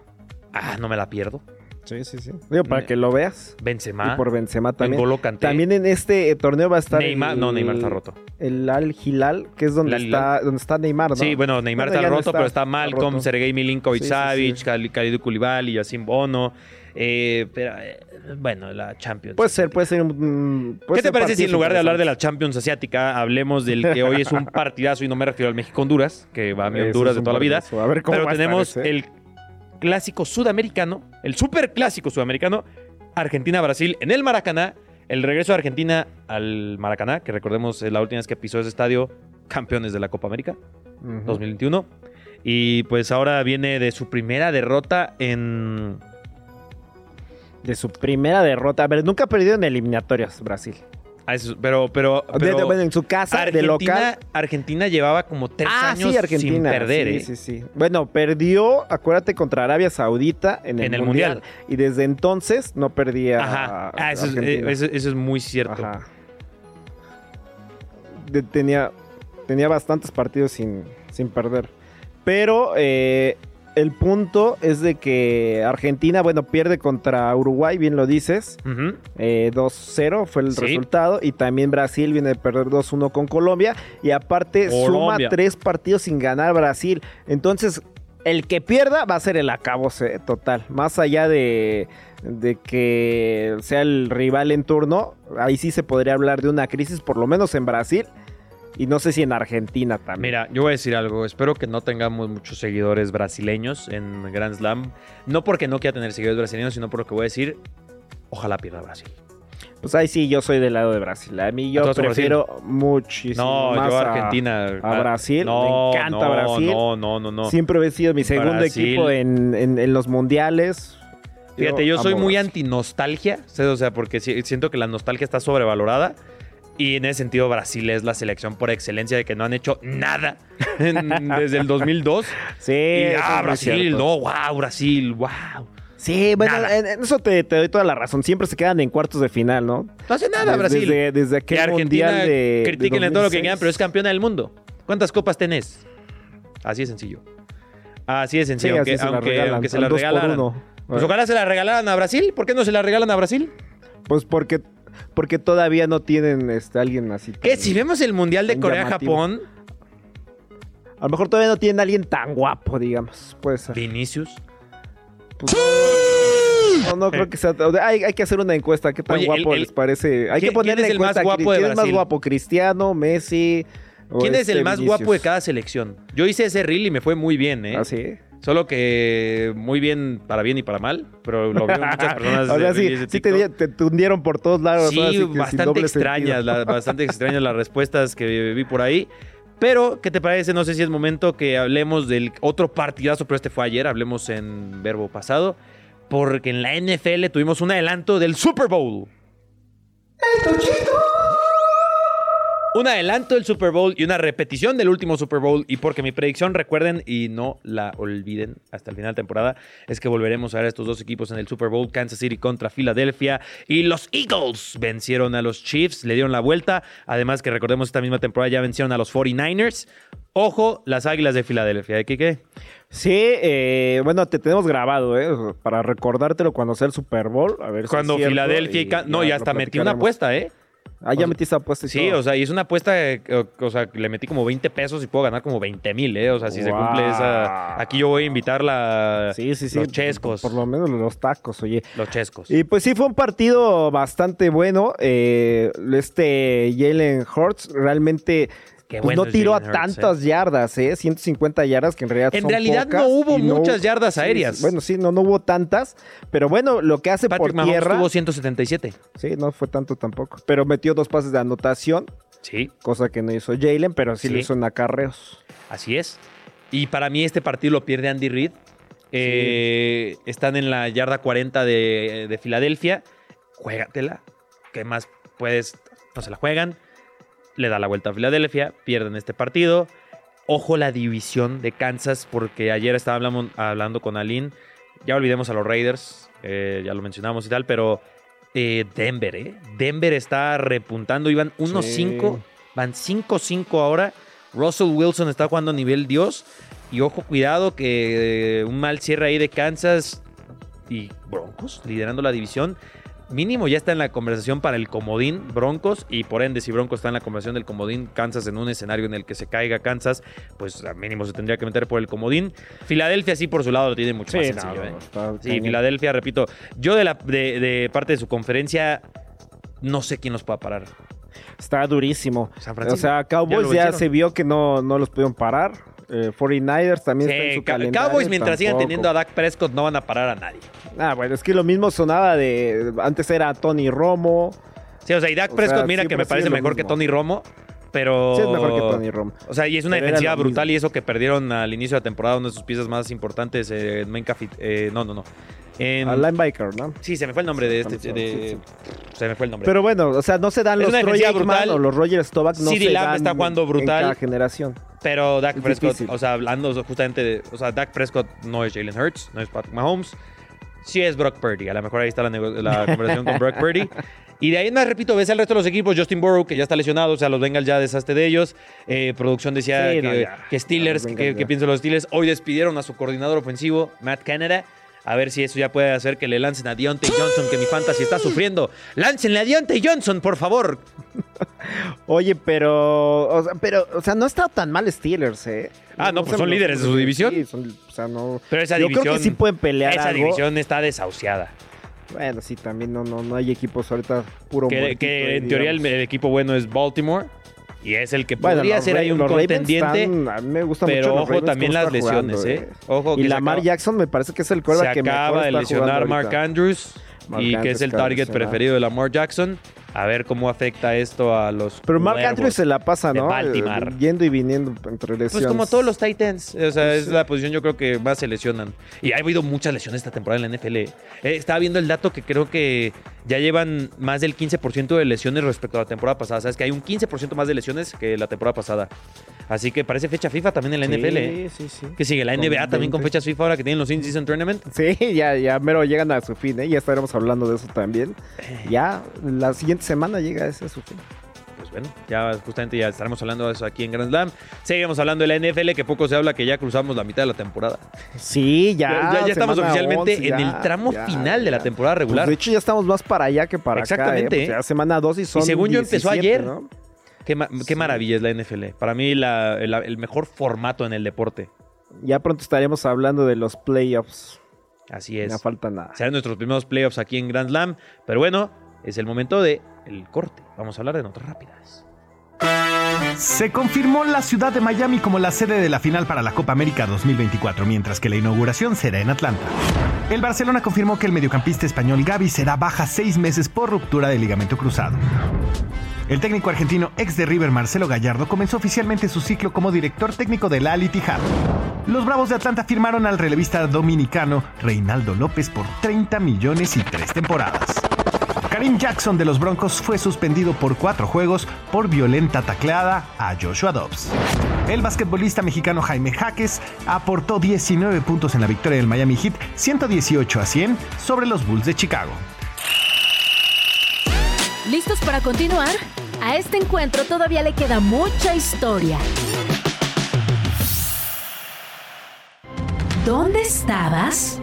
[SPEAKER 2] Ah, no me la pierdo.
[SPEAKER 3] Sí, sí, sí. Digo, para que lo veas.
[SPEAKER 2] Benzema,
[SPEAKER 3] Y por Benzema también.
[SPEAKER 2] N'Golo Kanté,
[SPEAKER 3] También en este eh, torneo va a estar.
[SPEAKER 2] Neymar,
[SPEAKER 3] el-
[SPEAKER 2] no, Neymar está roto.
[SPEAKER 3] El Al Hilal, que es donde,
[SPEAKER 2] El Al
[SPEAKER 3] está, donde está Neymar, ¿no?
[SPEAKER 2] Sí, bueno, Neymar
[SPEAKER 3] Bueno,
[SPEAKER 2] está
[SPEAKER 3] ya no
[SPEAKER 2] roto, pero está
[SPEAKER 3] está
[SPEAKER 2] Malcolm,
[SPEAKER 3] roto.
[SPEAKER 2] Sergei Milinkovic
[SPEAKER 3] Sí, sí,
[SPEAKER 2] Savic,
[SPEAKER 3] sí.
[SPEAKER 2] Khal- Khalidou Koulibaly, Yacine Bono. eh, pero, eh, bueno, la Champions.
[SPEAKER 3] Puede ser, puede ser un.
[SPEAKER 2] ¿Qué te parece si en lugar de hablar de la Champions asiática, hablemos del que hoy
[SPEAKER 3] *laughs*
[SPEAKER 2] es un partidazo y no me refiero al México-Honduras, que va a mi Honduras de toda la vida?
[SPEAKER 3] A ver cómo
[SPEAKER 2] Pero
[SPEAKER 3] va a estar
[SPEAKER 2] tenemos
[SPEAKER 3] ese.
[SPEAKER 2] el clásico sudamericano, el super clásico sudamericano, Argentina-Brasil en el Maracaná. El regreso de Argentina al Maracaná, que recordemos es la última vez que pisó ese estadio, campeones de la Copa América.
[SPEAKER 3] Ujú.
[SPEAKER 2] 2021. Y pues ahora viene de su primera derrota en.
[SPEAKER 3] De su primera derrota. A ver, nunca ha perdido en eliminatorias Brasil.
[SPEAKER 2] Ah, eso- Pero, pero,
[SPEAKER 3] Ah, De-
[SPEAKER 2] pero
[SPEAKER 3] de- bueno, en su casa,
[SPEAKER 2] Argentina,
[SPEAKER 3] de local.
[SPEAKER 2] Argentina llevaba como tres
[SPEAKER 3] Ah,
[SPEAKER 2] años
[SPEAKER 3] sí, Argentina.
[SPEAKER 2] sin perder.
[SPEAKER 3] sí,
[SPEAKER 2] ¿eh?
[SPEAKER 3] sí, sí. Bueno, perdió, acuérdate, contra Arabia Saudita en el,
[SPEAKER 2] En el
[SPEAKER 3] mundial,
[SPEAKER 2] Mundial.
[SPEAKER 3] Y desde entonces no perdía.
[SPEAKER 2] Ajá. Ah, eso, es,
[SPEAKER 3] Argentina.
[SPEAKER 2] eh, eso- eso es muy cierto.
[SPEAKER 3] Ajá. De- tenía, tenía bastantes partidos sin, sin perder. Pero eh, el punto es de que Argentina, bueno, pierde contra Uruguay, bien lo dices.
[SPEAKER 2] Ujú.
[SPEAKER 3] eh, 2-0 fue el
[SPEAKER 2] Sí.
[SPEAKER 3] resultado. Y también Brasil viene de perder 2-1 con Colombia. Y aparte
[SPEAKER 2] Colombia.
[SPEAKER 3] suma tres partidos sin ganar Brasil. Entonces, el que pierda va a ser el acabose total. Más allá de, de que sea el rival en turno, ahí sí se podría hablar de una crisis, por lo menos en Brasil. Y no sé si en Argentina también.
[SPEAKER 2] Mira, yo voy a decir algo. Espero que no tengamos muchos seguidores brasileños en Grand Slam. No porque no quiera tener seguidores brasileños, sino por lo que voy a decir. Ojalá pierda Brasil.
[SPEAKER 3] Pues ahí sí, yo soy del lado de Brasil. A mí yo
[SPEAKER 2] Entonces,
[SPEAKER 3] prefiero muchísimo
[SPEAKER 2] No,
[SPEAKER 3] más
[SPEAKER 2] yo
[SPEAKER 3] a-
[SPEAKER 2] Argentina. ah,
[SPEAKER 3] a Brasil. Me
[SPEAKER 2] No,
[SPEAKER 3] encanta
[SPEAKER 2] no,
[SPEAKER 3] Brasil.
[SPEAKER 2] No, no, no, no.
[SPEAKER 3] Siempre he sido mi segundo
[SPEAKER 2] Brasil.
[SPEAKER 3] equipo en, en- en los mundiales.
[SPEAKER 2] Fíjate, yo soy
[SPEAKER 3] amo
[SPEAKER 2] muy
[SPEAKER 3] Brasil.
[SPEAKER 2] anti-nostalgia, o sea, o sea, porque si- siento que la nostalgia está sobrevalorada. Y en ese sentido, Brasil es la selección por excelencia de que no han hecho nada *laughs* en- desde el
[SPEAKER 3] *laughs*
[SPEAKER 2] 2002.
[SPEAKER 3] Sí,
[SPEAKER 2] Y,
[SPEAKER 3] eso es
[SPEAKER 2] ah,
[SPEAKER 3] muy
[SPEAKER 2] Brasil,
[SPEAKER 3] cierto.
[SPEAKER 2] no, wow, Brasil, wow.
[SPEAKER 3] Sí, bueno,
[SPEAKER 2] Nada.
[SPEAKER 3] en, en eso te, te doy toda la razón. Siempre se quedan en cuartos de final, ¿no?
[SPEAKER 2] No hace nada,
[SPEAKER 3] Desde-
[SPEAKER 2] Brasil.
[SPEAKER 3] Desde, desde
[SPEAKER 2] que
[SPEAKER 3] aquel
[SPEAKER 2] Argentina
[SPEAKER 3] mundial de. de
[SPEAKER 2] critiquen todo lo que
[SPEAKER 3] 2006.
[SPEAKER 2] quieran, pero es campeona del mundo. ¿Cuántas copas tenés? Así de sencillo. Así de
[SPEAKER 3] Sí,
[SPEAKER 2] sencillo,
[SPEAKER 3] así
[SPEAKER 2] aunque,
[SPEAKER 3] se la
[SPEAKER 2] aunque-
[SPEAKER 3] regalan,
[SPEAKER 2] aunque se
[SPEAKER 3] al
[SPEAKER 2] la
[SPEAKER 3] dos por
[SPEAKER 2] regalaran.
[SPEAKER 3] uno.
[SPEAKER 2] Pues ojalá se la regalaran a Brasil. ¿Por qué no se la regalan a Brasil?
[SPEAKER 3] Pues porque, porque todavía no tienen este, alguien así.
[SPEAKER 2] Que
[SPEAKER 3] tan-
[SPEAKER 2] si vemos el Mundial de
[SPEAKER 3] Tan llamativo. *laughs*
[SPEAKER 2] Corea-Japón,
[SPEAKER 3] A lo mejor todavía no tienen a alguien tan guapo, digamos. Puede ser.
[SPEAKER 2] Vinicius.
[SPEAKER 3] Pues, no,
[SPEAKER 2] *laughs*
[SPEAKER 3] no creo que sea. Hay, hay que hacer una encuesta. ¿Qué tan
[SPEAKER 2] Oye, el-
[SPEAKER 3] guapo
[SPEAKER 2] el-
[SPEAKER 3] les parece? Hay
[SPEAKER 2] ¿quién-
[SPEAKER 3] que poner
[SPEAKER 2] quién es
[SPEAKER 3] en
[SPEAKER 2] el más
[SPEAKER 3] encuesta.
[SPEAKER 2] guapo de
[SPEAKER 3] ¿Quién es más
[SPEAKER 2] Brasil?
[SPEAKER 3] guapo? ¿Cristiano, Messi? o
[SPEAKER 2] ¿Quién es
[SPEAKER 3] este
[SPEAKER 2] el más guapo de
[SPEAKER 3] Vinicius?
[SPEAKER 2] cada selección? Yo hice ese reel y me fue muy bien, ¿eh?
[SPEAKER 3] ¿Ah, sí?
[SPEAKER 2] Solo que muy bien para bien y para mal, pero lo
[SPEAKER 3] *laughs*
[SPEAKER 2] vieron muchas personas.
[SPEAKER 3] o sea,
[SPEAKER 2] de
[SPEAKER 3] sí,
[SPEAKER 2] reels de
[SPEAKER 3] sí te,
[SPEAKER 2] TikTok.
[SPEAKER 3] di- te, te hundieron por todos lados.
[SPEAKER 2] Sí,
[SPEAKER 3] ahora sí que sin
[SPEAKER 2] bastante
[SPEAKER 3] doble
[SPEAKER 2] extrañas,
[SPEAKER 3] sentido.
[SPEAKER 2] la-
[SPEAKER 3] *laughs*
[SPEAKER 2] bastante extrañas las respuestas que vi por ahí. Pero, ¿qué te parece? No sé si es momento que hablemos del otro partidazo, pero este fue ayer, hablemos en verbo pasado. Porque en la NFL tuvimos un adelanto del Super Bowl. Un adelanto del Super Bowl y una repetición del último Super Bowl. Y porque mi predicción, recuerden y no la olviden hasta el final de temporada, es que volveremos a ver a estos dos equipos en el Super Bowl, Kansas City contra Filadelfia. Y los Eagles vencieron a los Chiefs, le dieron la vuelta. Además que recordemos esta misma temporada ya vencieron a los 49ers. Ojo, las Águilas de Filadelfia, ¿eh, Kike?
[SPEAKER 3] Sí, eh, bueno, te tenemos grabado, ¿eh? Para recordártelo cuando sea el Super Bowl. A ver si es
[SPEAKER 2] Cuando
[SPEAKER 3] cierto,
[SPEAKER 2] Filadelfia y... Can- no, y
[SPEAKER 3] lo
[SPEAKER 2] hasta metí una
[SPEAKER 3] platicaremos.
[SPEAKER 2] apuesta, ¿eh?
[SPEAKER 3] Ah, ya metiste apuesta y
[SPEAKER 2] Sí,
[SPEAKER 3] todo.
[SPEAKER 2] o sea, y es una apuesta, eh, o, o sea, le metí como 20 pesos y puedo ganar como 20 mil, ¿eh? O sea, si se
[SPEAKER 3] Guau.
[SPEAKER 2] cumple esa... Aquí yo voy a invitar la,
[SPEAKER 3] sí, sí, sí.
[SPEAKER 2] los chescos.
[SPEAKER 3] Por lo menos los tacos, oye.
[SPEAKER 2] Los chescos.
[SPEAKER 3] Y pues sí, fue un partido bastante bueno. Eh, este Jalen Hurts realmente
[SPEAKER 2] Qué
[SPEAKER 3] pues,
[SPEAKER 2] bueno
[SPEAKER 3] no
[SPEAKER 2] es
[SPEAKER 3] tiró a
[SPEAKER 2] Jalen Hurts,
[SPEAKER 3] tantas yardas, ¿eh? 150 yardas, que en realidad
[SPEAKER 2] En
[SPEAKER 3] son
[SPEAKER 2] realidad no
[SPEAKER 3] pocas,
[SPEAKER 2] hubo
[SPEAKER 3] y
[SPEAKER 2] muchas yardas
[SPEAKER 3] sí,
[SPEAKER 2] aéreas.
[SPEAKER 3] sí, bueno, sí, no, no hubo tantas. Pero bueno, lo que hace
[SPEAKER 2] Patrick
[SPEAKER 3] por
[SPEAKER 2] Mahomes
[SPEAKER 3] tierra.
[SPEAKER 2] tuvo 177.
[SPEAKER 3] Sí, no fue tanto tampoco. Pero metió dos pases de anotación,
[SPEAKER 2] Sí,
[SPEAKER 3] cosa que no hizo Jalen, pero sí, lo
[SPEAKER 2] Sí.
[SPEAKER 3] hizo en acarreos.
[SPEAKER 2] así es. Y para mí este partido lo pierde Andy Reid. Eh, Están en la yarda 40 de, de Filadelfia. Juégatela. ¿Qué más puedes? No se la juegan. Le da la vuelta a Filadelfia. Pierden este partido. Ojo la división de Kansas, porque ayer estaba hablamo- hablando con Alin. Ya olvidemos a los Raiders, eh, ya lo mencionamos y tal, pero eh, Denver, ¿eh? Denver está repuntando, iban 1-5,
[SPEAKER 3] Sí.
[SPEAKER 2] van 5-5 ahora. Russell Wilson está jugando a nivel Dios. Y ojo, cuidado, que eh, un mal cierre ahí de Kansas y Broncos liderando la división. Mínimo ya está en la conversación para el comodín Broncos y por ende si Broncos está en la conversación del comodín Kansas en un escenario en el que se caiga Kansas, pues a mínimo se tendría que meter por el comodín. Filadelfia sí por su lado lo tiene mucho más sencillo. ¿eh? Sí, Filadelfia, repito, yo de, la, de, de parte de su conferencia no sé quién los pueda parar.
[SPEAKER 3] Está durísimo.
[SPEAKER 2] San
[SPEAKER 3] O
[SPEAKER 2] Francisco.
[SPEAKER 3] sea, Cowboys
[SPEAKER 2] lo
[SPEAKER 3] ya,
[SPEAKER 2] vencieron.
[SPEAKER 3] se vio que no, no los pudieron parar. Eh, 49ers también está en
[SPEAKER 2] Sí,
[SPEAKER 3] su
[SPEAKER 2] Ca-
[SPEAKER 3] calendario,
[SPEAKER 2] Cowboys mientras sigan
[SPEAKER 3] tampoco.
[SPEAKER 2] teniendo a Dak Prescott no van a parar a nadie.
[SPEAKER 3] Ah, bueno, es que lo mismo sonaba de... Antes era Tony Romo.
[SPEAKER 2] Sí, o sea, y Dak
[SPEAKER 3] O
[SPEAKER 2] Prescott
[SPEAKER 3] sea,
[SPEAKER 2] mira
[SPEAKER 3] sí,
[SPEAKER 2] que
[SPEAKER 3] pero
[SPEAKER 2] me
[SPEAKER 3] sí
[SPEAKER 2] parece
[SPEAKER 3] es lo
[SPEAKER 2] mejor que
[SPEAKER 3] mismo.
[SPEAKER 2] Tony Romo, pero...
[SPEAKER 3] Sí, es mejor
[SPEAKER 2] Oh.
[SPEAKER 3] que Tony Romo.
[SPEAKER 2] O sea, y es una
[SPEAKER 3] Pero era
[SPEAKER 2] defensiva
[SPEAKER 3] lo
[SPEAKER 2] brutal y eso que perdieron al inicio de la temporada, una de sus piezas más importantes, eh, Minka Fit- eh, no, no, no. Em,
[SPEAKER 3] Al linebacker, ¿no?
[SPEAKER 2] sí, se me fue el nombre de este.
[SPEAKER 3] Sí, sí,
[SPEAKER 2] de- se me fue el nombre.
[SPEAKER 3] Pero bueno, o sea, no se dan
[SPEAKER 2] Es
[SPEAKER 3] los
[SPEAKER 2] una
[SPEAKER 3] Troy
[SPEAKER 2] defensiva
[SPEAKER 3] Aikman
[SPEAKER 2] brutal.
[SPEAKER 3] o los Roger Staubach. No
[SPEAKER 2] CeeDee
[SPEAKER 3] se
[SPEAKER 2] Lamb
[SPEAKER 3] dan
[SPEAKER 2] está jugando
[SPEAKER 3] en
[SPEAKER 2] brutal.
[SPEAKER 3] cada generación.
[SPEAKER 2] Pero Dak
[SPEAKER 3] Es
[SPEAKER 2] Prescott,
[SPEAKER 3] difícil.
[SPEAKER 2] o sea, hablando justamente de. O sea, Dak Prescott no es Jalen Hurts, no es Patrick Mahomes. Sí es Brock Purdy. A lo mejor ahí está la, nego-
[SPEAKER 3] *laughs*
[SPEAKER 2] la conversación con Brock Purdy. Y de ahí en más, repito, ves al resto de los equipos. Justin Burrow, que ya está lesionado. O sea, los Bengals ya deshaste de ellos. Eh, producción decía
[SPEAKER 3] Sí,
[SPEAKER 2] que,
[SPEAKER 3] no, ya.
[SPEAKER 2] que Steelers,
[SPEAKER 3] Ya,
[SPEAKER 2] que,
[SPEAKER 3] los
[SPEAKER 2] que
[SPEAKER 3] Bengals ya.
[SPEAKER 2] piensan los Steelers. Hoy despidieron a su coordinador ofensivo, Matt Canada. A ver si eso ya puede hacer que le lancen a Deontay Johnson, que mi fantasy está sufriendo. ¡Láncenle a Deontay Johnson, por favor!
[SPEAKER 3] Oye, pero... O sea, pero, o sea no está tan mal Steelers, ¿eh?
[SPEAKER 2] Ah, no, pues son
[SPEAKER 3] los-
[SPEAKER 2] líderes de su división.
[SPEAKER 3] Sí, son- o sea, no...
[SPEAKER 2] Pero esa
[SPEAKER 3] Yo
[SPEAKER 2] división.
[SPEAKER 3] creo que sí pueden pelear
[SPEAKER 2] Esa
[SPEAKER 3] algo.
[SPEAKER 2] división está desahuciada.
[SPEAKER 3] Bueno, sí, también no, no, no hay equipos ahorita puro
[SPEAKER 2] que,
[SPEAKER 3] muertito,
[SPEAKER 2] que
[SPEAKER 3] eh,
[SPEAKER 2] en teoría el,
[SPEAKER 3] digamos.
[SPEAKER 2] el equipo bueno es Baltimore y es el que
[SPEAKER 3] Bueno,
[SPEAKER 2] podría
[SPEAKER 3] los
[SPEAKER 2] ser
[SPEAKER 3] Ra-
[SPEAKER 2] ahí un
[SPEAKER 3] los Ravens
[SPEAKER 2] contendiente.
[SPEAKER 3] están- a mí me gusta mucho
[SPEAKER 2] pero
[SPEAKER 3] los
[SPEAKER 2] ojo
[SPEAKER 3] Ravens
[SPEAKER 2] también
[SPEAKER 3] cómo
[SPEAKER 2] las
[SPEAKER 3] está jugando,
[SPEAKER 2] lesiones, ¿eh?
[SPEAKER 3] eh.
[SPEAKER 2] Ojo que
[SPEAKER 3] Y
[SPEAKER 2] se
[SPEAKER 3] Lamar
[SPEAKER 2] acaba-
[SPEAKER 3] Jackson me parece que es el
[SPEAKER 2] se
[SPEAKER 3] quarterback que mejor
[SPEAKER 2] acaba de
[SPEAKER 3] está
[SPEAKER 2] lesionar
[SPEAKER 3] jugando
[SPEAKER 2] Mark
[SPEAKER 3] ahorita.
[SPEAKER 2] Andrews
[SPEAKER 3] Mark
[SPEAKER 2] y que
[SPEAKER 3] Andrews
[SPEAKER 2] es el
[SPEAKER 3] acaba de
[SPEAKER 2] target
[SPEAKER 3] lesionar.
[SPEAKER 2] preferido de Lamar Jackson. A ver cómo afecta esto a los.
[SPEAKER 3] Pero Mark
[SPEAKER 2] cuervos.
[SPEAKER 3] Andrews se la pasa,
[SPEAKER 2] de
[SPEAKER 3] ¿no?
[SPEAKER 2] Baltimore.
[SPEAKER 3] Eh, Yendo y viniendo entre lesiones.
[SPEAKER 2] Pues como todos los Titans, o sea,
[SPEAKER 3] Pues
[SPEAKER 2] es
[SPEAKER 3] sí.
[SPEAKER 2] la posición yo creo que más se lesionan. Y ha habido muchas lesiones esta temporada en la NFL. Eh, estaba viendo el dato que creo que ya llevan más del 15% de lesiones respecto a la temporada pasada. Sabes que hay un 15% más de lesiones que la temporada pasada. Así que parece fecha FIFA también en la NFL. ¿eh?
[SPEAKER 3] Sí, sí, sí.
[SPEAKER 2] Que sigue la
[SPEAKER 3] Con
[SPEAKER 2] NBA también con
[SPEAKER 3] 20.
[SPEAKER 2] fecha FIFA ahora que tienen los in-season tournament.
[SPEAKER 3] Sí, ya, ya mero llegan a su fin, ¿eh? Ya estaremos hablando de eso también.
[SPEAKER 2] Eh.
[SPEAKER 3] Ya, la siguiente semana llega ese a su fin.
[SPEAKER 2] Pues bueno, ya justamente ya estaremos hablando de eso aquí en Grand Slam. Seguimos hablando de la NFL, que poco se habla que ya cruzamos la mitad de la temporada.
[SPEAKER 3] Sí, ya.
[SPEAKER 2] Ya, ya estamos
[SPEAKER 3] semana
[SPEAKER 2] oficialmente
[SPEAKER 3] 11,
[SPEAKER 2] en
[SPEAKER 3] ya,
[SPEAKER 2] el tramo
[SPEAKER 3] ya,
[SPEAKER 2] final de la
[SPEAKER 3] ya.
[SPEAKER 2] temporada regular.
[SPEAKER 3] Pues, de hecho, ya estamos más para allá que para acá.
[SPEAKER 2] Exactamente,
[SPEAKER 3] ¿eh?
[SPEAKER 2] ¿eh?
[SPEAKER 3] Pues, ya semana 2 y son.
[SPEAKER 2] según yo, empezó
[SPEAKER 3] 17,
[SPEAKER 2] ayer.
[SPEAKER 3] ¿no?
[SPEAKER 2] Qué, ma- qué
[SPEAKER 3] Sí.
[SPEAKER 2] maravilla es la NFL. Para mí, la- el, el mejor formato en el deporte.
[SPEAKER 3] Ya pronto estaremos hablando de los playoffs.
[SPEAKER 2] Así
[SPEAKER 3] No
[SPEAKER 2] es.
[SPEAKER 3] falta nada.
[SPEAKER 2] Serán nuestros primeros playoffs aquí en Grand Slam. Pero bueno, es el momento de el corte. Vamos a hablar de notas rápidas.
[SPEAKER 1] Se confirmó la ciudad de Miami como la sede de la final para la Copa América 2024, mientras que la inauguración será en Atlanta. El Barcelona confirmó que el mediocampista español Gaby será baja seis meses por ruptura de ligamento cruzado. El técnico argentino ex de River Marcelo Gallardo comenzó oficialmente su ciclo como director técnico del Al Ittihad. Los Bravos de Atlanta firmaron al relevista dominicano Reinaldo López por 30 millones y tres temporadas. Karim Jackson de los Broncos fue suspendido por cuatro juegos por violenta tacleada a Joshua Dobbs. El basquetbolista mexicano Jaime Jaques aportó 19 puntos en la victoria del Miami Heat 118 a 100 sobre los Bulls de Chicago.
[SPEAKER 4] ¿Listos para continuar? A este encuentro todavía le queda mucha historia. ¿Dónde estabas?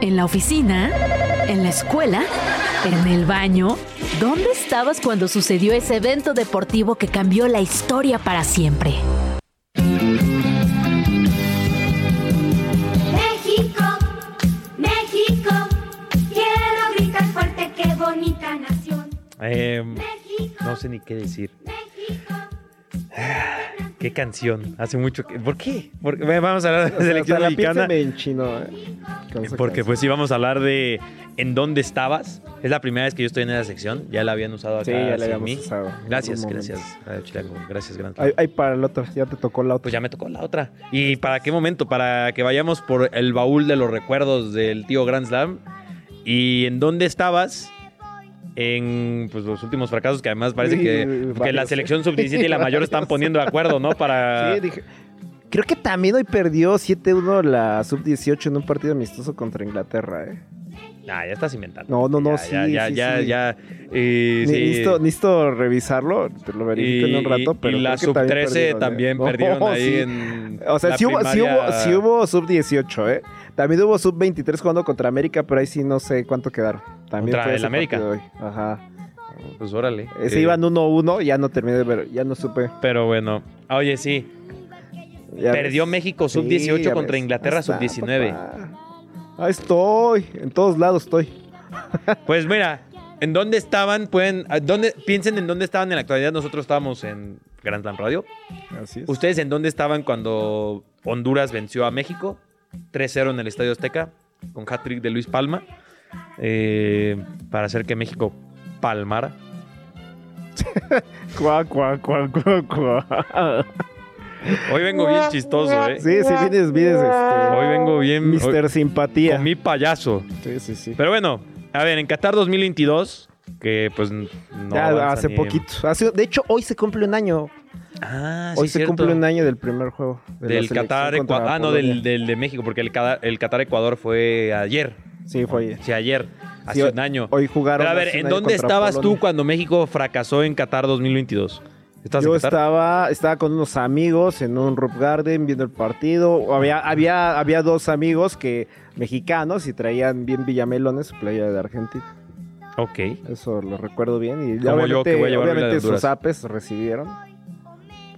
[SPEAKER 4] ¿En la oficina? ¿En la escuela? ¿En el baño? ¿Dónde estabas cuando sucedió ese evento deportivo que cambió la historia para siempre?
[SPEAKER 9] México, México, quiero gritar fuerte, qué bonita nación.
[SPEAKER 2] Em,
[SPEAKER 9] México,
[SPEAKER 2] no sé ni qué decir. Ah,
[SPEAKER 9] México.
[SPEAKER 2] ¿Qué canción? Hace mucho que... ¿Por qué? ¿Por qué? Bueno, Vamos a hablar de
[SPEAKER 3] O sea,
[SPEAKER 2] selección
[SPEAKER 3] hasta la piel se
[SPEAKER 2] mexicana.
[SPEAKER 3] me enchinó, eh, con esa
[SPEAKER 2] Porque
[SPEAKER 3] canción.
[SPEAKER 2] pues sí, vamos a hablar de ¿En dónde estabas? Es la primera vez que yo estoy en esa sección. Ya la habían usado acá.
[SPEAKER 3] Sí, ya la
[SPEAKER 2] sin
[SPEAKER 3] habíamos
[SPEAKER 2] mí.
[SPEAKER 3] usado en
[SPEAKER 2] Gracias,
[SPEAKER 3] algún
[SPEAKER 2] gracias. Radio Chilango. Gracias, gran.
[SPEAKER 3] Ahí ahí para el otro, ya te tocó la otra.
[SPEAKER 2] Pues ya me tocó la otra. ¿Y para qué momento? Para que vayamos por el baúl de los recuerdos del tío Grand Slam. ¿Y en dónde estabas? En pues, los últimos fracasos, que además parece
[SPEAKER 3] Sí,
[SPEAKER 2] que, que la
[SPEAKER 3] *laughs* varios.
[SPEAKER 2] selección sub-17 y la mayor están poniendo de acuerdo, ¿no? Para.
[SPEAKER 3] Sí, dije- Creo que también hoy perdió 7-1 la sub-18 en un partido amistoso contra Inglaterra, ¿eh?
[SPEAKER 2] Nah, ya estás inventando.
[SPEAKER 3] No, no, no,
[SPEAKER 2] Ya,
[SPEAKER 3] sí,
[SPEAKER 2] Ya, ya,
[SPEAKER 3] sí,
[SPEAKER 2] ya.
[SPEAKER 3] sí.
[SPEAKER 2] ya, eh,
[SPEAKER 3] Ni-
[SPEAKER 2] sí.
[SPEAKER 3] Necesito, necesito revisarlo, te lo verifico en un
[SPEAKER 2] Y-
[SPEAKER 3] rato, pero
[SPEAKER 2] y la
[SPEAKER 3] creo que también
[SPEAKER 2] sub-13
[SPEAKER 3] perdieron, ¿eh? *laughs*
[SPEAKER 2] también
[SPEAKER 3] No,
[SPEAKER 2] perdieron ahí
[SPEAKER 3] sí.
[SPEAKER 2] en.
[SPEAKER 3] O sea,
[SPEAKER 2] la
[SPEAKER 3] sí hubo, sí hubo,
[SPEAKER 2] primaria.
[SPEAKER 3] sí hubo sub-18, ¿eh? También hubo sub-23 jugando contra América, pero ahí sí no sé cuánto quedaron. También
[SPEAKER 2] Contra
[SPEAKER 3] fue
[SPEAKER 2] el
[SPEAKER 3] ese
[SPEAKER 2] América.
[SPEAKER 3] partido hoy. Ajá.
[SPEAKER 2] Pues órale.
[SPEAKER 3] Ese
[SPEAKER 2] Eh,
[SPEAKER 3] iban 1-1, ya no terminé de ver, ya no supe.
[SPEAKER 2] Pero bueno. Ah, Oye, sí.
[SPEAKER 3] Ya
[SPEAKER 2] Perdió
[SPEAKER 3] ves.
[SPEAKER 2] México
[SPEAKER 3] Sí,
[SPEAKER 2] sub-18
[SPEAKER 3] ya
[SPEAKER 2] contra
[SPEAKER 3] ves.
[SPEAKER 2] Inglaterra
[SPEAKER 3] Ahí está,
[SPEAKER 2] sub-19.
[SPEAKER 3] papá. Ahí estoy, en todos lados estoy.
[SPEAKER 2] Pues mira, ¿en dónde estaban? Pueden, ¿a dónde, piensen en dónde estaban en la actualidad. Nosotros estábamos en Grand Slam Radio.
[SPEAKER 3] Así es.
[SPEAKER 2] ¿Ustedes en dónde estaban cuando Honduras venció a México? 3-0 en el Estadio Azteca con hat-trick de Luis Palma eh, para hacer que México palmara.
[SPEAKER 3] Cuá, cuá, cuá, cuá, cuá.
[SPEAKER 2] Hoy vengo bien chistoso, ¿eh?
[SPEAKER 3] *laughs* Sí, sí, vienes, vienes. Este,
[SPEAKER 2] Hoy vengo bien...
[SPEAKER 3] Mister Simpatía.
[SPEAKER 2] Con mi payaso.
[SPEAKER 3] Sí, sí, sí.
[SPEAKER 2] Pero bueno, a ver, en Qatar 2022, que pues n- no
[SPEAKER 3] Ya
[SPEAKER 2] avanza
[SPEAKER 3] hace
[SPEAKER 2] ni- eh.
[SPEAKER 3] poquito. Hace- de hecho, hoy se cumple un año.
[SPEAKER 2] Ah, sí,
[SPEAKER 3] hoy se
[SPEAKER 2] cierto.
[SPEAKER 3] cumple un año del primer juego. de la
[SPEAKER 2] del
[SPEAKER 3] selección
[SPEAKER 2] Qatar
[SPEAKER 3] contra
[SPEAKER 2] Ecuador. Ah, no,
[SPEAKER 3] Polonia.
[SPEAKER 2] del, del de México, porque el, Cada- el Qatar Ecuador fue ayer.
[SPEAKER 3] Sí, fue ayer.
[SPEAKER 2] Sí, ayer, hace
[SPEAKER 3] Sí, hoy-
[SPEAKER 2] un año.
[SPEAKER 3] Hoy jugaron.
[SPEAKER 2] Pero a ver,
[SPEAKER 3] hace un
[SPEAKER 2] ¿en
[SPEAKER 3] año
[SPEAKER 2] dónde
[SPEAKER 3] contra
[SPEAKER 2] estabas tú
[SPEAKER 3] Polonia.
[SPEAKER 2] cuando México fracasó en Qatar 2022? ¿Estás
[SPEAKER 3] Yo
[SPEAKER 2] en Qatar?
[SPEAKER 3] estaba, estaba con unos amigos en un Rock Garden viendo el partido. Había, había, había dos amigos que mexicanos y traían bien Villamelones, playa de Argentina.
[SPEAKER 2] Ok.
[SPEAKER 3] Eso lo recuerdo bien. Y
[SPEAKER 2] Como yo, que voy a llevar la de
[SPEAKER 3] obviamente
[SPEAKER 2] Honduras.
[SPEAKER 3] sus apes recibieron.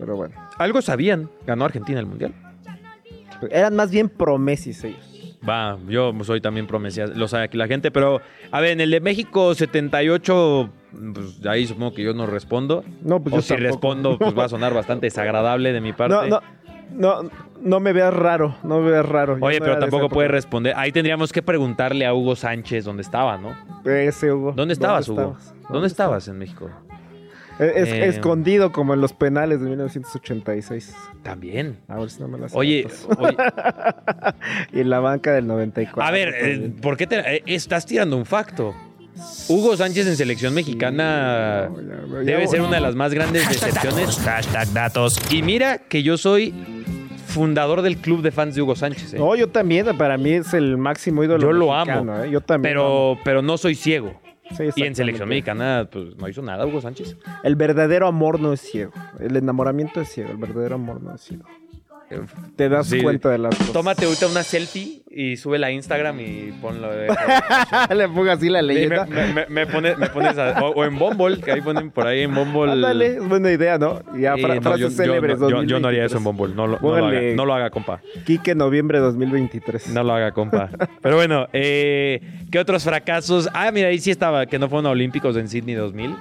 [SPEAKER 3] Pero bueno.
[SPEAKER 2] Algo sabían. Ganó Argentina el Mundial.
[SPEAKER 3] Eran más bien promesis ellos.
[SPEAKER 2] Va, yo soy también promesía, lo sabe aquí la gente, pero a ver, en el de México 78, pues ahí supongo que yo no respondo.
[SPEAKER 3] No, pues
[SPEAKER 2] o
[SPEAKER 3] yo
[SPEAKER 2] si
[SPEAKER 3] tampoco.
[SPEAKER 2] respondo, pues va a sonar
[SPEAKER 3] *laughs*
[SPEAKER 2] bastante desagradable de mi parte.
[SPEAKER 3] No, no, no, no me veas raro, no me veas raro. Yo
[SPEAKER 2] Oye,
[SPEAKER 3] no
[SPEAKER 2] pero
[SPEAKER 3] era de esa
[SPEAKER 2] tampoco
[SPEAKER 3] época.
[SPEAKER 2] puede responder. Ahí tendríamos que preguntarle a Hugo Sánchez dónde estaba, ¿no?
[SPEAKER 3] Ese Hugo.
[SPEAKER 2] ¿Dónde estabas, Hugo?
[SPEAKER 3] estabas?
[SPEAKER 2] ¿Dónde estabas en México?
[SPEAKER 3] Es- es-
[SPEAKER 2] Eh,
[SPEAKER 3] Escondido como en los penales de 1986.
[SPEAKER 2] También.
[SPEAKER 3] A ver si no me las *laughs*
[SPEAKER 2] Oye, oye,
[SPEAKER 3] Y en la banca del 94.
[SPEAKER 2] a ver, eh,
[SPEAKER 3] también.
[SPEAKER 2] ¿por qué te eh, estás tirando un facto? Hugo Sánchez en selección mexicana
[SPEAKER 3] No, ya, ya,
[SPEAKER 2] Debe
[SPEAKER 3] ya,
[SPEAKER 2] ser una de las más grandes decepciones. Hashtag datos. Y mira que yo soy fundador del club de fans de Hugo Sánchez. ¿eh?
[SPEAKER 3] No, yo también, para mí es el máximo ídolo.
[SPEAKER 2] Yo lo
[SPEAKER 3] mexicano,
[SPEAKER 2] amo,
[SPEAKER 3] ¿eh? Yo también. lo amo.
[SPEAKER 2] pero, pero no soy ciego.
[SPEAKER 3] Sí,
[SPEAKER 2] Y en selección
[SPEAKER 3] exactamente.
[SPEAKER 2] mexicana, pues no hizo nada Hugo Sánchez.
[SPEAKER 3] El verdadero amor no es ciego. El enamoramiento es ciego. El verdadero amor no es ciego. Te das
[SPEAKER 2] Sí.
[SPEAKER 3] cuenta de las cosas. *laughs*
[SPEAKER 2] Tómate ahorita una selfie y súbela a Instagram y ponlo.
[SPEAKER 3] *laughs*
[SPEAKER 2] eh,
[SPEAKER 3] Ah, Le pongo así la
[SPEAKER 2] me,
[SPEAKER 3] leyenda.
[SPEAKER 2] me- me- me pones, me pones a- o, o en Bumble, que ahí ponen por ahí en Bumble.
[SPEAKER 3] Ándale, es buena idea, ¿no? Ya,
[SPEAKER 2] Eh,
[SPEAKER 3] fra-
[SPEAKER 2] no,
[SPEAKER 3] frases
[SPEAKER 2] yo, yo
[SPEAKER 3] célebres.
[SPEAKER 2] no- yo- yo no haría
[SPEAKER 3] 2023.
[SPEAKER 2] eso en Bumble. No lo, no lo haga,
[SPEAKER 3] Póngale-
[SPEAKER 2] no lo haga, compa.
[SPEAKER 3] Quique, noviembre 2023.
[SPEAKER 2] No lo haga, compa. Pero bueno, eh, ¿qué otros fracasos? Ah, mira, ahí sí estaba, que no fueron a Olímpicos en Sydney 2000.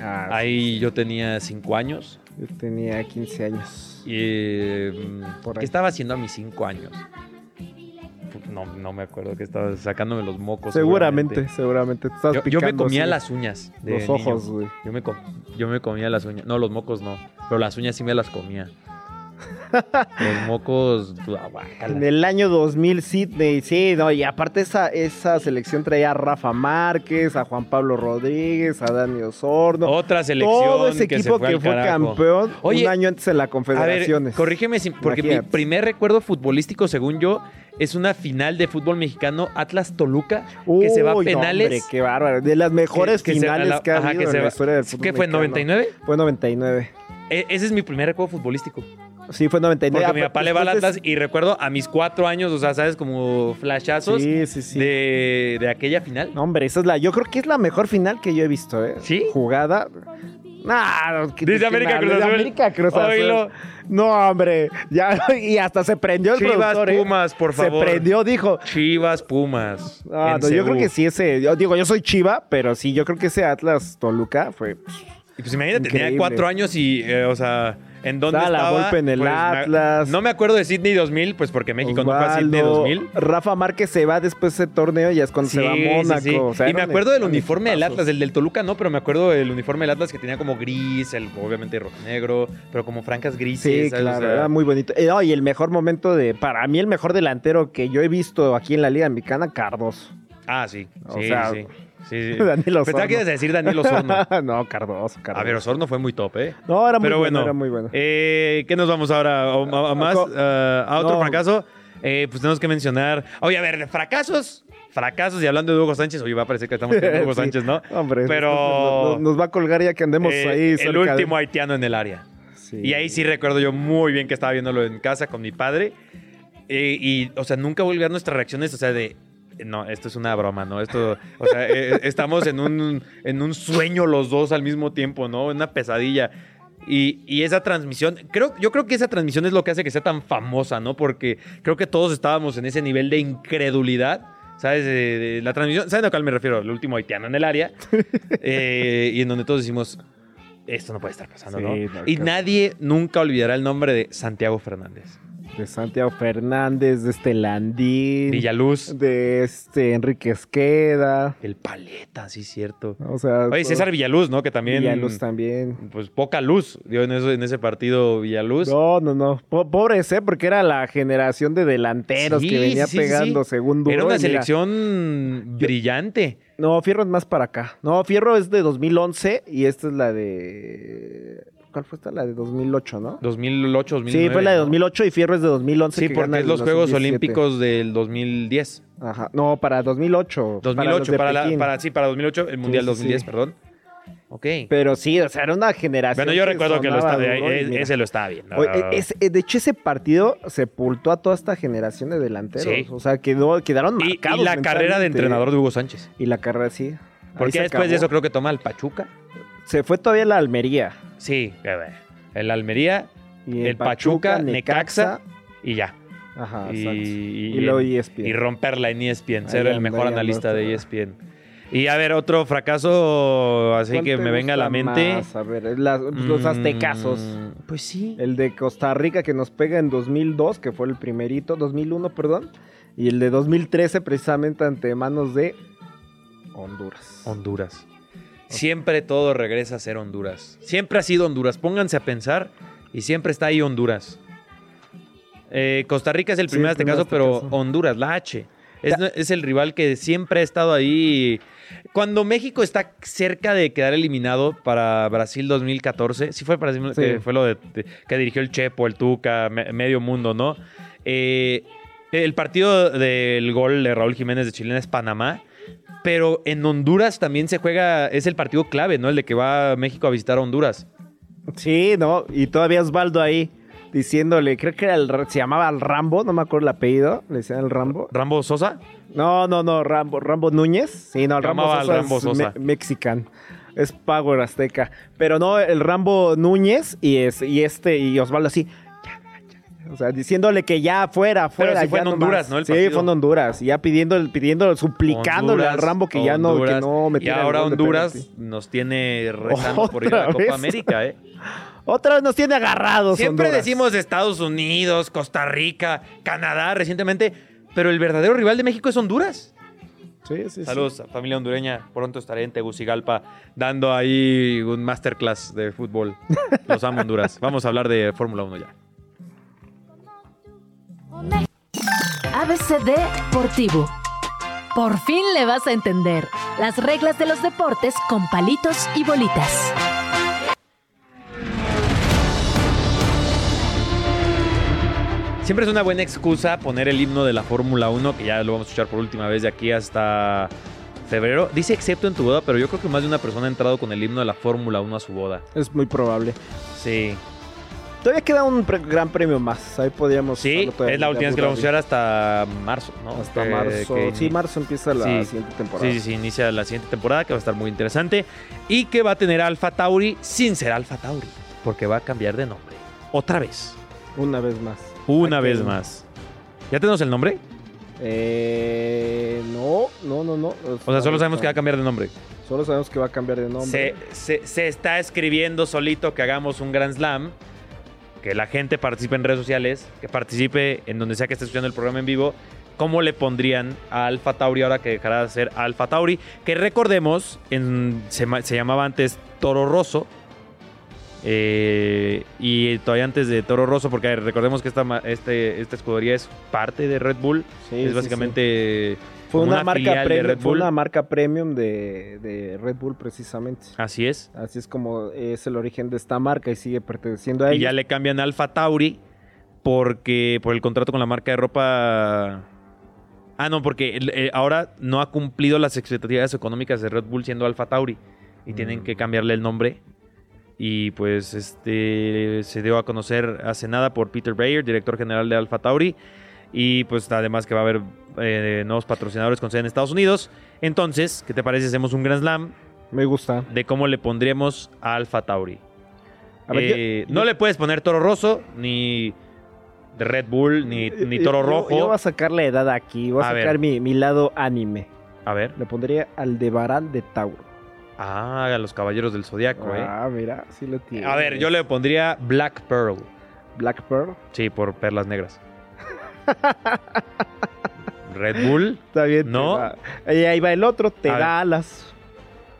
[SPEAKER 3] Ah,
[SPEAKER 2] Ahí yo tenía 5 años.
[SPEAKER 3] Yo tenía 15 años.
[SPEAKER 2] Y, eh,
[SPEAKER 3] Por ahí.
[SPEAKER 2] ¿Qué estaba haciendo a mis 5 años? No, no me acuerdo que estaba sacándome los mocos.
[SPEAKER 3] Seguramente, seguramente. te estabas
[SPEAKER 2] Yo, yo me
[SPEAKER 3] picando,
[SPEAKER 2] comía
[SPEAKER 3] sí,
[SPEAKER 2] las uñas. de
[SPEAKER 3] los
[SPEAKER 2] niño.
[SPEAKER 3] ojos, güey.
[SPEAKER 2] Yo me, com- yo me comía las uñas. No, los mocos no. Pero las uñas sí me las
[SPEAKER 3] *laughs*
[SPEAKER 2] comía. los mocos. ah, guácala.
[SPEAKER 3] En el año 2000, Sydney, sí, no, y aparte esa, esa selección traía a Rafa Márquez, a Juan Pablo Rodríguez, a Dani Osorno.
[SPEAKER 2] Otra selección.
[SPEAKER 3] todo ese equipo que
[SPEAKER 2] al
[SPEAKER 3] fue,
[SPEAKER 2] carajo.
[SPEAKER 3] campeón
[SPEAKER 2] Oye,
[SPEAKER 3] un año antes de la
[SPEAKER 2] A ver,
[SPEAKER 3] Confederaciones.
[SPEAKER 2] corrígeme, si- porque mi
[SPEAKER 3] Imagínate.
[SPEAKER 2] primer recuerdo futbolístico, según yo, es una final de fútbol mexicano Atlas-Toluca, que se va a
[SPEAKER 3] Uy, no,
[SPEAKER 2] penales.
[SPEAKER 3] hombre, qué bárbaro. De las mejores
[SPEAKER 2] que- que se-
[SPEAKER 3] finales
[SPEAKER 2] a la-
[SPEAKER 3] que ha
[SPEAKER 2] ajá,
[SPEAKER 3] habido
[SPEAKER 2] que se
[SPEAKER 3] en
[SPEAKER 2] va-
[SPEAKER 3] la historia del fútbol
[SPEAKER 2] ¿Qué fue,
[SPEAKER 3] mexicano.
[SPEAKER 2] 99?
[SPEAKER 3] Fue 99.
[SPEAKER 2] E- ese es mi primer recuerdo futbolístico.
[SPEAKER 3] Sí, fue 99.
[SPEAKER 2] Porque
[SPEAKER 3] Ah,
[SPEAKER 2] mi
[SPEAKER 3] pero
[SPEAKER 2] papá le va al
[SPEAKER 3] después de-
[SPEAKER 2] Atlas y recuerdo a mis cuatro años, o sea, ¿sabes? Como flashazos
[SPEAKER 3] Sí, sí, sí.
[SPEAKER 2] De, de aquella final.
[SPEAKER 3] No, hombre, esa es la. Yo creo que es la mejor final que yo he visto, ¿eh?
[SPEAKER 2] ¿Sí?
[SPEAKER 3] Jugada. Nah, que-
[SPEAKER 2] Dice
[SPEAKER 3] que
[SPEAKER 2] América
[SPEAKER 3] nada,
[SPEAKER 2] Cruz
[SPEAKER 3] de
[SPEAKER 2] Azul.
[SPEAKER 3] América Cruz Azul.
[SPEAKER 2] Oílo.
[SPEAKER 3] No, hombre. Ya, y hasta se prendió el
[SPEAKER 2] Chivas,
[SPEAKER 3] productor, ¿eh?
[SPEAKER 2] Pumas, por favor.
[SPEAKER 3] Se prendió, dijo.
[SPEAKER 2] Chivas, Pumas.
[SPEAKER 3] Ah,
[SPEAKER 2] en
[SPEAKER 3] no, yo creo
[SPEAKER 2] CU.
[SPEAKER 3] que sí, ese. Yo digo, yo soy Chiva, pero sí, yo creo que ese Atlas Toluca fue.
[SPEAKER 2] Y pues imagínate, tenía
[SPEAKER 3] Increíble.
[SPEAKER 2] cuatro años y, eh, o sea, ¿en dónde
[SPEAKER 3] Estaba la
[SPEAKER 2] estaba?
[SPEAKER 3] Volpe en el
[SPEAKER 2] Pues, me-
[SPEAKER 3] Atlas.
[SPEAKER 2] no me acuerdo de Sydney 2000, pues porque México no fue a Sydney
[SPEAKER 3] Osvaldo,
[SPEAKER 2] 2000.
[SPEAKER 3] Rafa Márquez se va después de ese torneo y es cuando se va a Mónaco.
[SPEAKER 2] sí, sí.
[SPEAKER 3] o sea,
[SPEAKER 2] y me
[SPEAKER 3] eran
[SPEAKER 2] acuerdo del
[SPEAKER 3] eran
[SPEAKER 2] uniforme del
[SPEAKER 3] equipazos.
[SPEAKER 2] Atlas, el del Toluca no, pero me acuerdo del uniforme del Atlas que tenía como gris, el, obviamente rojo negro, pero como francas grises.
[SPEAKER 3] Sí,
[SPEAKER 2] ¿sabes? O
[SPEAKER 3] claro,
[SPEAKER 2] sea,
[SPEAKER 3] era muy bonito. Eh, no, y el mejor momento de, para mí, el mejor delantero que yo he visto aquí en la Liga Mexicana, Cardoso.
[SPEAKER 2] Ah, sí.
[SPEAKER 3] O
[SPEAKER 2] Sí,
[SPEAKER 3] sea,
[SPEAKER 2] sí. sí, sí.
[SPEAKER 3] *laughs* Daniel Osorno.
[SPEAKER 2] Pensaba que ibas a decir Daniel
[SPEAKER 3] *laughs*
[SPEAKER 2] Osorno.
[SPEAKER 3] no, Cardoso, Cardoso.
[SPEAKER 2] A ver, Osorno fue muy top, ¿eh?
[SPEAKER 3] no, era muy
[SPEAKER 2] Pero
[SPEAKER 3] bueno,
[SPEAKER 2] bueno,
[SPEAKER 3] era muy bueno.
[SPEAKER 2] eh, ¿qué nos vamos ahora? ¿A, a- a más?
[SPEAKER 3] Co-
[SPEAKER 2] Ah, ¿A otro
[SPEAKER 3] no.
[SPEAKER 2] fracaso? Eh, pues tenemos que mencionar. Oye, a ver, de fracasos. Fracasos, y hablando de Hugo Sánchez, oye, va a parecer que estamos con
[SPEAKER 3] *laughs*
[SPEAKER 2] Hugo
[SPEAKER 3] Sí.
[SPEAKER 2] Sánchez, ¿no?
[SPEAKER 3] Hombre,
[SPEAKER 2] pero.
[SPEAKER 3] nos, nos va a colgar ya que andemos
[SPEAKER 2] eh,
[SPEAKER 3] ahí.
[SPEAKER 2] el
[SPEAKER 3] cerca de-
[SPEAKER 2] último haitiano en el área.
[SPEAKER 3] Sí.
[SPEAKER 2] Y ahí sí recuerdo yo muy bien que estaba viéndolo en casa con mi padre. Eh, y, o sea, nunca volver ver nuestras reacciones, o sea, de. No, esto es una broma, ¿no? Esto, o sea, eh, estamos en un, en un sueño los dos al mismo tiempo, ¿no? Una pesadilla. Y, y esa transmisión, creo, yo creo que esa transmisión es lo que hace que sea tan famosa, ¿no? Porque creo que todos estábamos en ese nivel de incredulidad, ¿sabes? De- de la transmisión, ¿saben a cuál me refiero? El último haitiano en el
[SPEAKER 3] *laughs*
[SPEAKER 2] área. Eh, y en donde todos decimos, esto no puede estar pasando,
[SPEAKER 3] Sí,
[SPEAKER 2] ¿no?
[SPEAKER 3] no,
[SPEAKER 2] y
[SPEAKER 3] claro.
[SPEAKER 2] nadie nunca olvidará el nombre de Santiago Fernández.
[SPEAKER 3] De Santiago Fernández, de este Landín,
[SPEAKER 2] Villaluz,
[SPEAKER 3] de este Enrique Esqueda.
[SPEAKER 2] el paleta, sí, cierto.
[SPEAKER 3] O sea,
[SPEAKER 2] Oye,
[SPEAKER 3] todo-
[SPEAKER 2] César Villaluz, ¿no? Que también.
[SPEAKER 3] Villaluz también.
[SPEAKER 2] Pues poca luz dio en, eso- en ese partido Villaluz.
[SPEAKER 3] No, no, no. Po- Pobre ese, porque era la generación de delanteros
[SPEAKER 2] Sí,
[SPEAKER 3] que venía
[SPEAKER 2] sí, sí,
[SPEAKER 3] pegando
[SPEAKER 2] sí.
[SPEAKER 3] según duro.
[SPEAKER 2] Era
[SPEAKER 3] y
[SPEAKER 2] una
[SPEAKER 3] mira,
[SPEAKER 2] selección brillante.
[SPEAKER 3] No, Fierro es más para acá. No, Fierro es de 2011 y esta es la de... ¿Cuál fue esta? La de 2008, ¿no?
[SPEAKER 2] 2008, 2009.
[SPEAKER 3] sí, fue la de
[SPEAKER 2] ¿no?
[SPEAKER 3] 2008 y Fierro es de 2011.
[SPEAKER 2] Sí,
[SPEAKER 3] que
[SPEAKER 2] porque
[SPEAKER 3] gana
[SPEAKER 2] es
[SPEAKER 3] el
[SPEAKER 2] los Juegos
[SPEAKER 3] 2017.
[SPEAKER 2] Olímpicos del 2010.
[SPEAKER 3] Ajá. No, para 2008.
[SPEAKER 2] 2008, para, la-
[SPEAKER 3] la...
[SPEAKER 2] para- sí, para 2008, el Mundial
[SPEAKER 3] sí, sí.
[SPEAKER 2] 2010, perdón. Ok.
[SPEAKER 3] Pero sí, o sea, era una generación.
[SPEAKER 2] Bueno, yo recuerdo que lo
[SPEAKER 3] sonaba
[SPEAKER 2] estaba,
[SPEAKER 3] duro y
[SPEAKER 2] eh,
[SPEAKER 3] mira.
[SPEAKER 2] ese lo estaba viendo.
[SPEAKER 3] Oye, eh, ese- eh, de hecho, ese partido sepultó a toda esta generación de delanteros.
[SPEAKER 2] Sí.
[SPEAKER 3] O sea, quedó, quedaron
[SPEAKER 2] Y- y,
[SPEAKER 3] marcados.
[SPEAKER 2] la carrera de
[SPEAKER 3] mentalmente.
[SPEAKER 2] entrenador de Hugo Sánchez.
[SPEAKER 3] Y la carrera sí. Ahí
[SPEAKER 2] Porque
[SPEAKER 3] se
[SPEAKER 2] después de eso
[SPEAKER 3] acabó.
[SPEAKER 2] creo que toma el Pachuca.
[SPEAKER 3] Se fue todavía la Almería.
[SPEAKER 2] Sí, que bueno, el Almería
[SPEAKER 3] Y
[SPEAKER 2] El Pachuca, Necaxa, y ya.
[SPEAKER 3] Ajá,
[SPEAKER 2] y,
[SPEAKER 3] Ah, exacto.
[SPEAKER 2] y-
[SPEAKER 3] Y luego E ESPN.
[SPEAKER 2] y romperla en E ESPN,
[SPEAKER 3] Ahí
[SPEAKER 2] ser el
[SPEAKER 3] anda,
[SPEAKER 2] mejor
[SPEAKER 3] ahí anda
[SPEAKER 2] analista de E
[SPEAKER 3] otra.
[SPEAKER 2] ESPN. Y a ver, otro fracaso así
[SPEAKER 3] ¿Cuál
[SPEAKER 2] que
[SPEAKER 3] te
[SPEAKER 2] me venga a la
[SPEAKER 3] gusta
[SPEAKER 2] mente.
[SPEAKER 3] más? A ver, es la- pues, los
[SPEAKER 2] Mm,
[SPEAKER 3] aztecasos.
[SPEAKER 2] Pues sí.
[SPEAKER 3] El de Costa Rica que nos pega en 2002, que fue el primerito, 2001, perdón. Y el de 2013 precisamente ante manos de Honduras.
[SPEAKER 2] Honduras. Siempre todo regresa a ser Honduras. Siempre ha sido Honduras. Pónganse a pensar y siempre está ahí Honduras. Eh, Costa Rica es el
[SPEAKER 3] Sí,
[SPEAKER 2] primer
[SPEAKER 3] el primer
[SPEAKER 2] aztecaso, pero
[SPEAKER 3] aztecaso.
[SPEAKER 2] Honduras, la H. Es,
[SPEAKER 3] Ta-
[SPEAKER 2] es el rival que siempre ha estado ahí. Cuando México está cerca de quedar eliminado para Brasil 2014, sí fue Brasil,
[SPEAKER 3] Sí.
[SPEAKER 2] que fue lo de- de- que dirigió el Chepo, el Tuca, me- medio mundo, ¿no? Eh, el partido del gol de Raúl Jiménez de Chilena es Panamá, pero en Honduras también se juega, es el partido clave, ¿no? El de que va México a visitar a Honduras.
[SPEAKER 3] Sí, ¿no? Y todavía Osvaldo ahí diciéndole, creo que era el, Ra- se llamaba el Rambo, no me acuerdo el apellido, le decían el Rambo.
[SPEAKER 2] Rambo Sosa,
[SPEAKER 3] No, no, no, Rambo, Rambo Núñez. Sí, no, el Rambo
[SPEAKER 2] Llamaba
[SPEAKER 3] Sosa,
[SPEAKER 2] al Rambo
[SPEAKER 3] es
[SPEAKER 2] Sosa.
[SPEAKER 3] me- mexican. Es Power Azteca. Pero no, el Rambo Núñez y, es, y este y Osvaldo así. ya, ya, ya. O sea, diciéndole que ya fuera, fuera.
[SPEAKER 2] sí fue
[SPEAKER 3] ya
[SPEAKER 2] en
[SPEAKER 3] no
[SPEAKER 2] Honduras,
[SPEAKER 3] más.
[SPEAKER 2] ¿no? El
[SPEAKER 3] sí,
[SPEAKER 2] partido.
[SPEAKER 3] fue en Honduras. Y ya pidiendo, pidiendo, suplicándole
[SPEAKER 2] Honduras,
[SPEAKER 3] al Rambo que ya no, que
[SPEAKER 2] Honduras.
[SPEAKER 3] no
[SPEAKER 2] Y
[SPEAKER 3] metiera el
[SPEAKER 2] ahora
[SPEAKER 3] gol de
[SPEAKER 2] Honduras
[SPEAKER 3] penalti.
[SPEAKER 2] nos tiene
[SPEAKER 3] *laughs*
[SPEAKER 2] rezando por ir a la
[SPEAKER 3] ¿Otra
[SPEAKER 2] Copa
[SPEAKER 3] vez?
[SPEAKER 2] América, ¿eh?
[SPEAKER 3] Otra vez nos tiene agarrados.
[SPEAKER 2] Siempre
[SPEAKER 3] Honduras.
[SPEAKER 2] decimos Estados Unidos, Costa Rica, Canadá recientemente, pero el verdadero rival de México es Honduras.
[SPEAKER 3] Sí, sí, sí.
[SPEAKER 2] Saludos, familia hondureña. Pronto estaré en Tegucigalpa dando ahí un masterclass de fútbol. Los amo *laughs* Honduras. Vamos a hablar de Fórmula 1 ya.
[SPEAKER 4] ABCD Deportivo. Por fin le vas a entender las reglas de los deportes con palitos y bolitas.
[SPEAKER 2] Siempre es una buena excusa poner el himno de la Fórmula 1, que ya lo vamos a escuchar por última vez de aquí hasta febrero. Dice excepto en tu boda, pero yo creo que más de una persona ha entrado con el himno de la Fórmula 1 a su boda.
[SPEAKER 3] Es muy probable.
[SPEAKER 2] Sí.
[SPEAKER 3] Todavía queda un pre- gran premio más. Ahí podríamos.
[SPEAKER 2] Sí,
[SPEAKER 3] usarlo todavía
[SPEAKER 2] es la
[SPEAKER 3] en
[SPEAKER 2] última vez
[SPEAKER 3] Abu
[SPEAKER 2] que lo vamos a
[SPEAKER 3] Dhabi.
[SPEAKER 2] usar hasta marzo, ¿no?
[SPEAKER 3] Hasta
[SPEAKER 2] Que-
[SPEAKER 3] marzo.
[SPEAKER 2] que
[SPEAKER 3] Sí,
[SPEAKER 2] ini-
[SPEAKER 3] marzo empieza la
[SPEAKER 2] Sí.
[SPEAKER 3] siguiente temporada.
[SPEAKER 2] Sí, sí, sí, inicia la siguiente temporada que va a estar muy interesante y que va a tener a Alpha Tauri sin ser Alpha Tauri, porque va a cambiar de nombre. Otra vez,
[SPEAKER 3] Una vez más.
[SPEAKER 2] una
[SPEAKER 3] Ok.
[SPEAKER 2] vez más. ¿Ya tenemos el nombre?
[SPEAKER 3] Eh, no, no, no, no.
[SPEAKER 2] O sea, solo sabemos que va a cambiar de nombre.
[SPEAKER 3] Solo sabemos que va a cambiar de nombre.
[SPEAKER 2] Se, se- se está escribiendo solito que hagamos un Grand Slam, que la gente participe en redes sociales, que participe en donde sea que esté escuchando el programa en vivo. ¿Cómo le pondrían a Alpha Tauri ahora que dejará de ser Alpha Tauri? Que recordemos, en- se, ma- se llamaba antes Toro Rosso. eh, y todavía antes de Toro Rosso, porque recordemos que esta, ma- este- esta escudería es parte de Red Bull.
[SPEAKER 3] Sí, sí,
[SPEAKER 2] es
[SPEAKER 3] sí.
[SPEAKER 2] básicamente
[SPEAKER 3] Fue
[SPEAKER 2] como
[SPEAKER 3] una,
[SPEAKER 2] una
[SPEAKER 3] marca
[SPEAKER 2] filial de
[SPEAKER 3] premium,
[SPEAKER 2] Red
[SPEAKER 3] fue
[SPEAKER 2] Bull.
[SPEAKER 3] una marca premium de, de Red Bull precisamente.
[SPEAKER 2] Así es.
[SPEAKER 3] Así es como es el origen de esta marca y sigue perteneciendo a
[SPEAKER 2] Y ya
[SPEAKER 3] ella.
[SPEAKER 2] le cambian a Alfa Tauri porque por el contrato con la marca de ropa. Ah, no, porque el- eh, ahora no ha cumplido las expectativas económicas de Red Bull siendo Alfa Tauri y tienen que cambiarle el nombre. Y pues este se dio a conocer hace nada por Peter Bayer, director general de Alfa Tauri. Y pues además que va a haber eh, nuevos patrocinadores con sede en Estados Unidos. Entonces, ¿qué te parece? si Hacemos un Grand Slam
[SPEAKER 3] Me gusta.
[SPEAKER 2] de cómo le pondríamos a Alfa Tauri.
[SPEAKER 3] A ver, yo-
[SPEAKER 2] Eh,
[SPEAKER 3] yo-
[SPEAKER 2] no le puedes poner Toro Rosso, ni Red Bull, ni, ni Toro
[SPEAKER 3] eh, Yo-
[SPEAKER 2] Rojo.
[SPEAKER 3] Yo, voy a sacar la edad aquí, voy a,
[SPEAKER 2] A ver.
[SPEAKER 3] sacar mi, mi lado anime.
[SPEAKER 2] A ver.
[SPEAKER 3] Le pondría Aldebarán de Tauro.
[SPEAKER 2] Ah, a los Caballeros del Zodiaco, eh.
[SPEAKER 3] Ah, mira, sí lo tiene.
[SPEAKER 2] A ver, yo le pondría Black Pearl.
[SPEAKER 3] Black Pearl.
[SPEAKER 2] Sí, por perlas
[SPEAKER 3] *laughs*
[SPEAKER 2] negras. Red Bull.
[SPEAKER 3] Está bien. te
[SPEAKER 2] ¿No?
[SPEAKER 3] va. Y ahí va el otro, te
[SPEAKER 2] A
[SPEAKER 3] da
[SPEAKER 2] ver.
[SPEAKER 3] alas.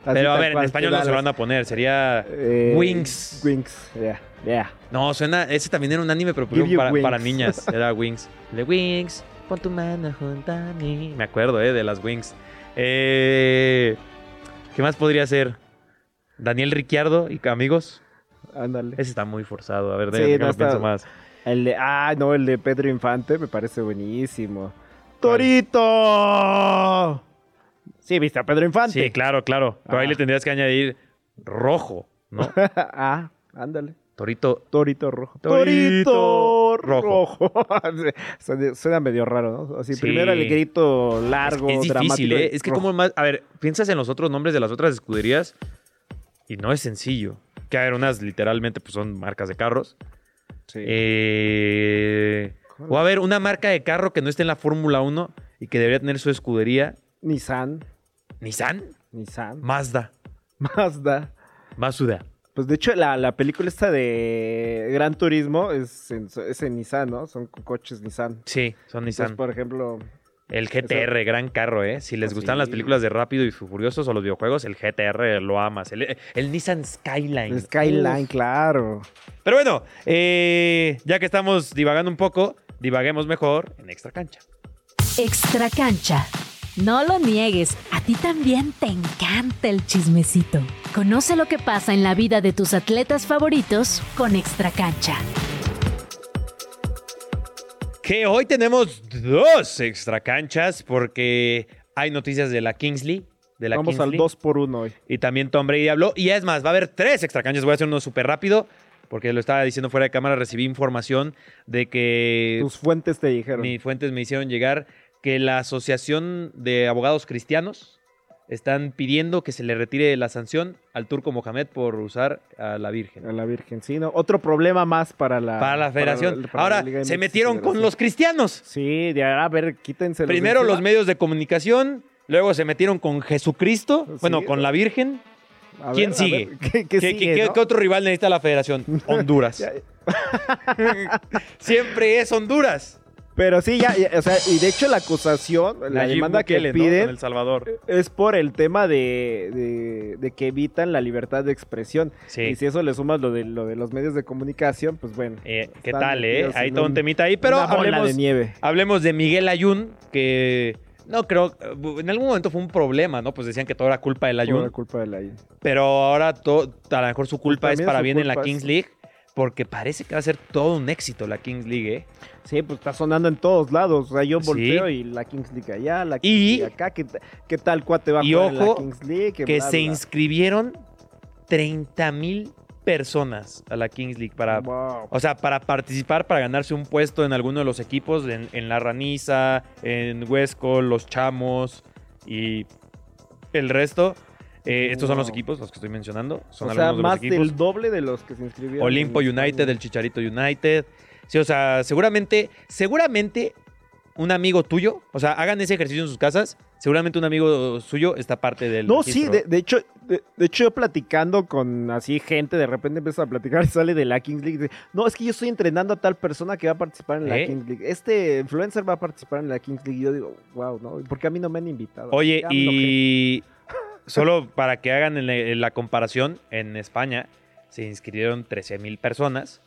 [SPEAKER 3] Así
[SPEAKER 2] Pero a
[SPEAKER 3] tal
[SPEAKER 2] ver, en
[SPEAKER 3] cual,
[SPEAKER 2] español
[SPEAKER 3] te
[SPEAKER 2] no
[SPEAKER 3] da
[SPEAKER 2] se lo
[SPEAKER 3] alas.
[SPEAKER 2] van a poner. Sería
[SPEAKER 3] Eh,
[SPEAKER 2] Wings.
[SPEAKER 3] Wings, ya, ya.
[SPEAKER 2] No, suena. Ese también era un anime, pero
[SPEAKER 3] Give you
[SPEAKER 2] para, para
[SPEAKER 3] wings.
[SPEAKER 2] niñas.
[SPEAKER 3] *laughs*
[SPEAKER 2] Era Wings. De Wings, pon tu mano junto a mí. Me acuerdo, ¿eh? De las Wings. Eh, ¿Qué más podría ser? Daniel Ricciardo y amigos.
[SPEAKER 3] Ándale.
[SPEAKER 2] Ese está muy forzado. A ver,
[SPEAKER 3] Sí,
[SPEAKER 2] déjame
[SPEAKER 3] no
[SPEAKER 2] lo
[SPEAKER 3] está-
[SPEAKER 2] pienso más.
[SPEAKER 3] El de, ah, no, el de Pedro Infante me parece buenísimo. ¡Torito! Sí, viste a Pedro Infante.
[SPEAKER 2] Sí, claro, claro. Pero ahí
[SPEAKER 3] Ah.
[SPEAKER 2] le tendrías que añadir rojo,
[SPEAKER 3] *laughs*
[SPEAKER 2] ¿no?
[SPEAKER 3] *laughs* ah, ándale.
[SPEAKER 2] Torito.
[SPEAKER 3] Torito rojo.
[SPEAKER 2] Torito
[SPEAKER 3] Torito
[SPEAKER 2] rojo.
[SPEAKER 3] rojo. *laughs* suena, suena medio raro, ¿no? Así,
[SPEAKER 2] Sí.
[SPEAKER 3] primero el grito largo,
[SPEAKER 2] es difícil,
[SPEAKER 3] dramático.
[SPEAKER 2] ¿eh? Es que como más... A ver, piensas en los otros nombres de las otras escuderías y no es sencillo. Que a ver, unas literalmente pues, son marcas de carros.
[SPEAKER 3] Sí.
[SPEAKER 2] Eh, o a ver, una marca de carro que no esté en la Fórmula 1 y que debería tener su escudería.
[SPEAKER 3] Nissan,
[SPEAKER 2] Nissan,
[SPEAKER 3] Nissan, *laughs*
[SPEAKER 2] Mazda,
[SPEAKER 3] Mazda.
[SPEAKER 2] Mazda.
[SPEAKER 3] Pues de hecho, la, la película esta de Gran Turismo es en, es en Nissan, ¿no? Son co- coches Nissan.
[SPEAKER 2] Sí, son
[SPEAKER 3] Entonces,
[SPEAKER 2] Nissan.
[SPEAKER 3] por ejemplo,
[SPEAKER 2] El GTR, gran carro, ¿eh? Si les
[SPEAKER 3] Ah,
[SPEAKER 2] gustan
[SPEAKER 3] sí.
[SPEAKER 2] las películas de Rápido y Furiosos o los videojuegos, el GTR lo amas. El, el Nissan Skyline.
[SPEAKER 3] el Skyline, claro.
[SPEAKER 2] Pero bueno, eh, ya que estamos divagando un poco, divaguemos mejor en Extra Cancha.
[SPEAKER 4] Extra cancha. No lo niegues, a ti también te encanta el chismecito. Conoce lo que pasa en la vida de tus atletas favoritos con Extra cancha.
[SPEAKER 2] Que hoy tenemos dos Extra Canchas porque hay noticias de la Kingsley. De la
[SPEAKER 3] Vamos al
[SPEAKER 2] Kingsley.
[SPEAKER 3] 2 por 1 hoy.
[SPEAKER 2] Y también Tom Brady habló. Y es más, va a haber tres extra canchas. Voy a hacer uno súper rápido. Porque lo estaba diciendo fuera de cámara. Recibí información de que
[SPEAKER 3] Tus fuentes te dijeron.
[SPEAKER 2] mis fuentes me hicieron llegar que la Asociación de Abogados Cristianos están pidiendo que se le retire la sanción al turco Mohamed por usar a la Virgen.
[SPEAKER 3] A la Virgen, sí, ¿no? Otro problema más Ah, para la...
[SPEAKER 2] Para la federación.
[SPEAKER 3] para la Liga
[SPEAKER 2] Ahora, se
[SPEAKER 3] MX
[SPEAKER 2] metieron con
[SPEAKER 3] Federación.
[SPEAKER 2] los cristianos.
[SPEAKER 3] Sí, de a ver, quítense.
[SPEAKER 2] Primero los medios de comunicación, luego se metieron con Jesucristo,
[SPEAKER 3] Sí.
[SPEAKER 2] bueno, con la Virgen. ¿Quién sigue?
[SPEAKER 3] ¿Qué, qué
[SPEAKER 2] ¿Qué,
[SPEAKER 3] sigue,
[SPEAKER 2] qué- qué-
[SPEAKER 3] no?
[SPEAKER 2] qué otro rival necesita la
[SPEAKER 3] *laughs*
[SPEAKER 2] federación? Honduras. Siempre es Honduras.
[SPEAKER 3] Pero sí, ya, ya, o sea, y de hecho la acusación, la
[SPEAKER 2] Nayib
[SPEAKER 3] demanda que
[SPEAKER 2] Bukele, ¿no? Con
[SPEAKER 3] piden
[SPEAKER 2] El Salvador.
[SPEAKER 3] es por el tema de, de- de que evitan la libertad de expresión.
[SPEAKER 2] Sí.
[SPEAKER 3] Y si eso le sumas lo de, lo de los medios de comunicación, pues bueno.
[SPEAKER 2] Eh, ¿Qué
[SPEAKER 3] están
[SPEAKER 2] tal, eh?
[SPEAKER 3] metidos
[SPEAKER 2] Hay
[SPEAKER 3] en
[SPEAKER 2] todo un
[SPEAKER 3] un-
[SPEAKER 2] temita ahí, pero
[SPEAKER 3] una bola
[SPEAKER 2] hablemos
[SPEAKER 3] de nieve.
[SPEAKER 2] Hablemos de Miguel Ayun, que no creo, en algún momento fue un problema, ¿no? Pues decían que todo era culpa del
[SPEAKER 3] Por la
[SPEAKER 2] Ayun,
[SPEAKER 3] culpa de la Ayun.
[SPEAKER 2] pero ahora to- a lo mejor su culpa es
[SPEAKER 3] también
[SPEAKER 2] para
[SPEAKER 3] su
[SPEAKER 2] bien en la
[SPEAKER 3] culpa es-
[SPEAKER 2] Kings League, porque parece que va a ser todo un éxito la Kings League, ¿eh?
[SPEAKER 3] Sí, pues está sonando en todos lados. O sea, yo
[SPEAKER 2] Sí.
[SPEAKER 3] volteo y la Kings League allá, la Kings
[SPEAKER 2] Y-
[SPEAKER 3] League acá. ¿Qué, ta- qué tal cuate va a
[SPEAKER 2] y
[SPEAKER 3] jugar en la
[SPEAKER 2] ojo,
[SPEAKER 3] Kings League?
[SPEAKER 2] Que,
[SPEAKER 3] bla,
[SPEAKER 2] se
[SPEAKER 3] bla.
[SPEAKER 2] inscribieron 30 mil personas a la Kings League para,
[SPEAKER 3] Wow.
[SPEAKER 2] o sea, para participar, para ganarse un puesto en alguno de los equipos, en, en La Raniza, en Huesco, Los Chamos y el resto. Eh, Estos son los
[SPEAKER 3] Wow.
[SPEAKER 2] equipos, los que estoy mencionando. Son
[SPEAKER 3] o sea,
[SPEAKER 2] algunos de los
[SPEAKER 3] más
[SPEAKER 2] equipos.
[SPEAKER 3] del doble de los que se inscribieron.
[SPEAKER 2] Olimpo
[SPEAKER 3] en España.
[SPEAKER 2] United, el Chicharito United. Sí, o sea, seguramente, seguramente un amigo tuyo, o sea, hagan ese ejercicio en sus casas, seguramente un amigo suyo está parte del
[SPEAKER 3] No, sí,
[SPEAKER 2] registro.
[SPEAKER 3] de, de hecho, de, de hecho yo platicando con así gente, de repente empieza a platicar *laughs* y sale de la Kings League. y dice, No, es que yo estoy entrenando a tal persona que va a participar en la
[SPEAKER 2] ¿Eh?
[SPEAKER 3] Kings League. Este influencer va a participar en la Kings League. Y yo digo, wow, ¿no? ¿Por qué a mí no me han invitado?
[SPEAKER 2] Oye,
[SPEAKER 3] Ya me enojé. *laughs*
[SPEAKER 2] y solo para que hagan en la, en la comparación, en España se inscribieron 13 mil personas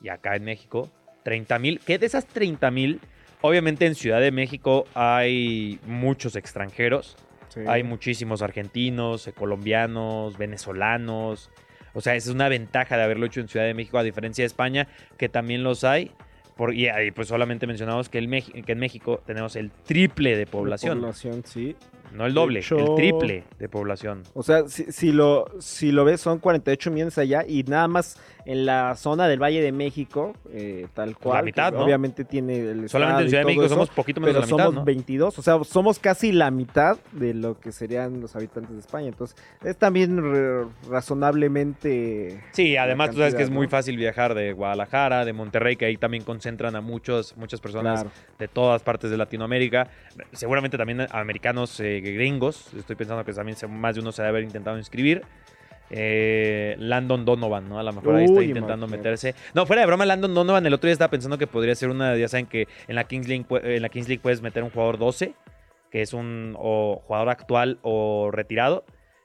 [SPEAKER 2] y acá en México 30 mil. Que de esas 30 mil, obviamente en Ciudad de México hay muchos extranjeros.
[SPEAKER 3] Sí.
[SPEAKER 2] Hay muchísimos argentinos, eh, colombianos, venezolanos. O sea, esa es una ventaja de haberlo hecho en Ciudad de México, a diferencia de España, que también los hay. Por- y ahí, pues solamente mencionamos que, el Meji- que en México tenemos el triple de población.
[SPEAKER 3] Población, sí.
[SPEAKER 2] no el doble,
[SPEAKER 3] De hecho-
[SPEAKER 2] el triple de población.
[SPEAKER 3] O sea, si, si lo, si lo ves, son 48 millones allá y nada más en la zona del Valle de México, eh, tal cual. que
[SPEAKER 2] mitad, ¿no?
[SPEAKER 3] Obviamente tiene
[SPEAKER 2] Solamente
[SPEAKER 3] el. estado
[SPEAKER 2] en
[SPEAKER 3] Ah, y
[SPEAKER 2] Ciudad de
[SPEAKER 3] todo
[SPEAKER 2] México
[SPEAKER 3] eso,
[SPEAKER 2] somos poquito menos de
[SPEAKER 3] Pero
[SPEAKER 2] la mitad,
[SPEAKER 3] somos
[SPEAKER 2] ¿no?
[SPEAKER 3] 22, o sea, somos casi la mitad de lo que serían los habitantes de España. Entonces, es también re- razonablemente.
[SPEAKER 2] Sí,
[SPEAKER 3] la
[SPEAKER 2] además tú sabes que
[SPEAKER 3] cantidad,
[SPEAKER 2] es muy
[SPEAKER 3] ¿no?
[SPEAKER 2] fácil viajar de Guadalajara, de Monterrey, que ahí también concentran a muchos, muchas personas
[SPEAKER 3] Claro.
[SPEAKER 2] de todas partes de Latinoamérica. Seguramente también americanos eh, gringos. Estoy pensando que también se- más de uno se debe haber intentado inscribir. Eh, Landon Donovan, ¿no? A lo mejor ahí está
[SPEAKER 3] Uy,
[SPEAKER 2] intentando
[SPEAKER 3] imagínate.
[SPEAKER 2] meterse. No, fuera de broma, Landon Donovan el otro día estaba pensando que podría ser una, ya saben que en la Kings League, pu- en la Kings League puedes meter un jugador 12, que es un o jugador actual o retirado.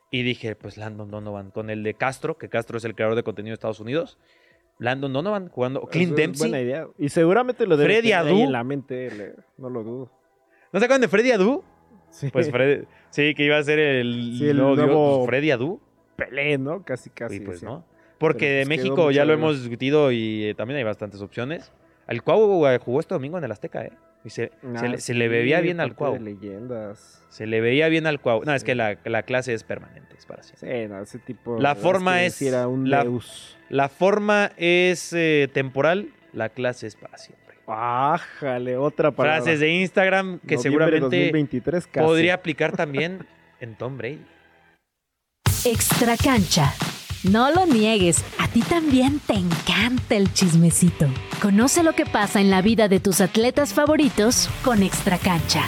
[SPEAKER 2] Y dije, pues Landon Donovan con el de Castro, que Castro es el creador de contenido de Estados Unidos. Landon Donovan jugando, Clint
[SPEAKER 3] Eso es
[SPEAKER 2] Dempsey.
[SPEAKER 3] Buena idea. Y seguramente lo debe
[SPEAKER 2] Freddy
[SPEAKER 3] tener ahí
[SPEAKER 2] Adu.
[SPEAKER 3] en la mente, le- no lo dudo.
[SPEAKER 2] ¿No se acuerdan de Freddy Adu?
[SPEAKER 3] Sí.
[SPEAKER 2] *laughs*
[SPEAKER 3] *laughs*
[SPEAKER 2] Pues Fred, sí, que iba a ser el,
[SPEAKER 3] Sí, el
[SPEAKER 2] nuevo dios,
[SPEAKER 3] nuevo-
[SPEAKER 2] pues, Freddy Adu.
[SPEAKER 3] Pelé, ¿no? Casi, casi.
[SPEAKER 2] y pues
[SPEAKER 3] sí.
[SPEAKER 2] no. Porque
[SPEAKER 3] Pero,
[SPEAKER 2] de
[SPEAKER 3] pues, quedó
[SPEAKER 2] México ya
[SPEAKER 3] mucho
[SPEAKER 2] lo
[SPEAKER 3] de ver.
[SPEAKER 2] hemos discutido y eh, también hay bastantes opciones. Al Cuau eh, jugó este domingo en el Azteca, ¿eh? Y se,
[SPEAKER 3] Ah,
[SPEAKER 2] se le, se le
[SPEAKER 3] sí,
[SPEAKER 2] bebía bien al
[SPEAKER 3] partido
[SPEAKER 2] Cuau.
[SPEAKER 3] de leyendas.
[SPEAKER 2] Se le veía bien al Cuau. No, es que la, la clase es permanente, es para siempre.
[SPEAKER 3] Sí, no, ese tipo.
[SPEAKER 2] La
[SPEAKER 3] verdad
[SPEAKER 2] forma
[SPEAKER 3] que
[SPEAKER 2] es-
[SPEAKER 3] sí era un
[SPEAKER 2] la-
[SPEAKER 3] Deus.
[SPEAKER 2] La forma es eh, temporal, la clase es para siempre.
[SPEAKER 3] Ájale, otra palabra.
[SPEAKER 2] Frases de Instagram que
[SPEAKER 3] Noviembre
[SPEAKER 2] seguramente
[SPEAKER 3] 2023 casi.
[SPEAKER 2] podría aplicar también en Tom Brady.
[SPEAKER 4] Extra cancha. No lo niegues, a ti también te encanta el chismecito. Conoce lo que pasa en la vida de tus atletas favoritos con Extra cancha.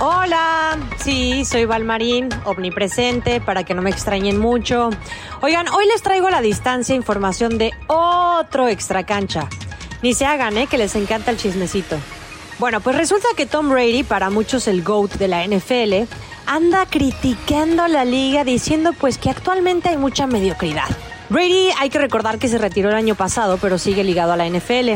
[SPEAKER 10] Hola, sí, soy Valmarín, omnipresente, para que no me extrañen mucho. Oigan, hoy les traigo a la distancia información de otro extra cancha. Ni se hagan, ¿eh? Que les encanta el chismecito. Bueno, pues resulta que Tom Brady, para muchos el GOAT de la NFL, anda criticando a la liga diciendo pues que actualmente hay mucha mediocridad. Brady hay que recordar que se retiró el año pasado, pero sigue ligado a la NFL.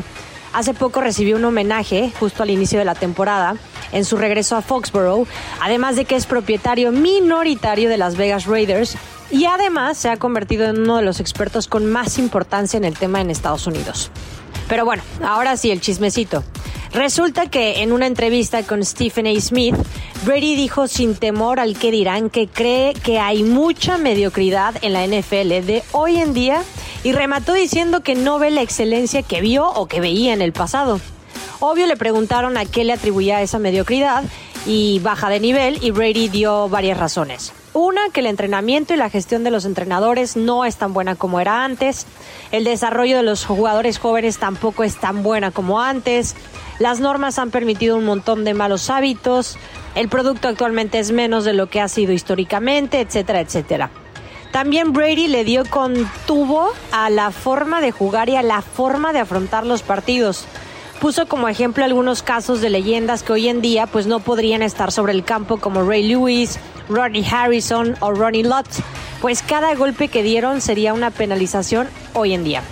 [SPEAKER 10] Hace poco recibió un homenaje justo al inicio de la temporada en su regreso a Foxborough, además de que es propietario minoritario de las Vegas Raiders y además se ha convertido en uno de los expertos con más importancia en el tema en Estados Unidos. Pero bueno, ahora sí, el chismecito. Resulta que en una entrevista con Stephen A. Smith, Brady dijo sin temor al que dirán que cree que hay mucha mediocridad en la NFL de hoy en día y remató diciendo que no ve la excelencia que vio o que veía en el pasado. Obvio le preguntaron a qué le atribuía esa mediocridad y baja de nivel y Brady dio varias razones. Una, que el entrenamiento y la gestión de los entrenadores no es tan buena como era antes, el desarrollo de los jugadores jóvenes tampoco es tan buena como antes, las normas han permitido un montón de malos hábitos, el producto actualmente es menos de lo que ha sido históricamente, etcétera, etcétera. También Brady le dio con tubo a la forma de jugar y a la forma de afrontar los partidos. Puso como ejemplo algunos casos de leyendas que hoy en día pues no podrían estar sobre el campo como Ray Lewis, Ronnie Harrison o Ronnie Lott, pues cada golpe que dieron sería una penalización hoy en día.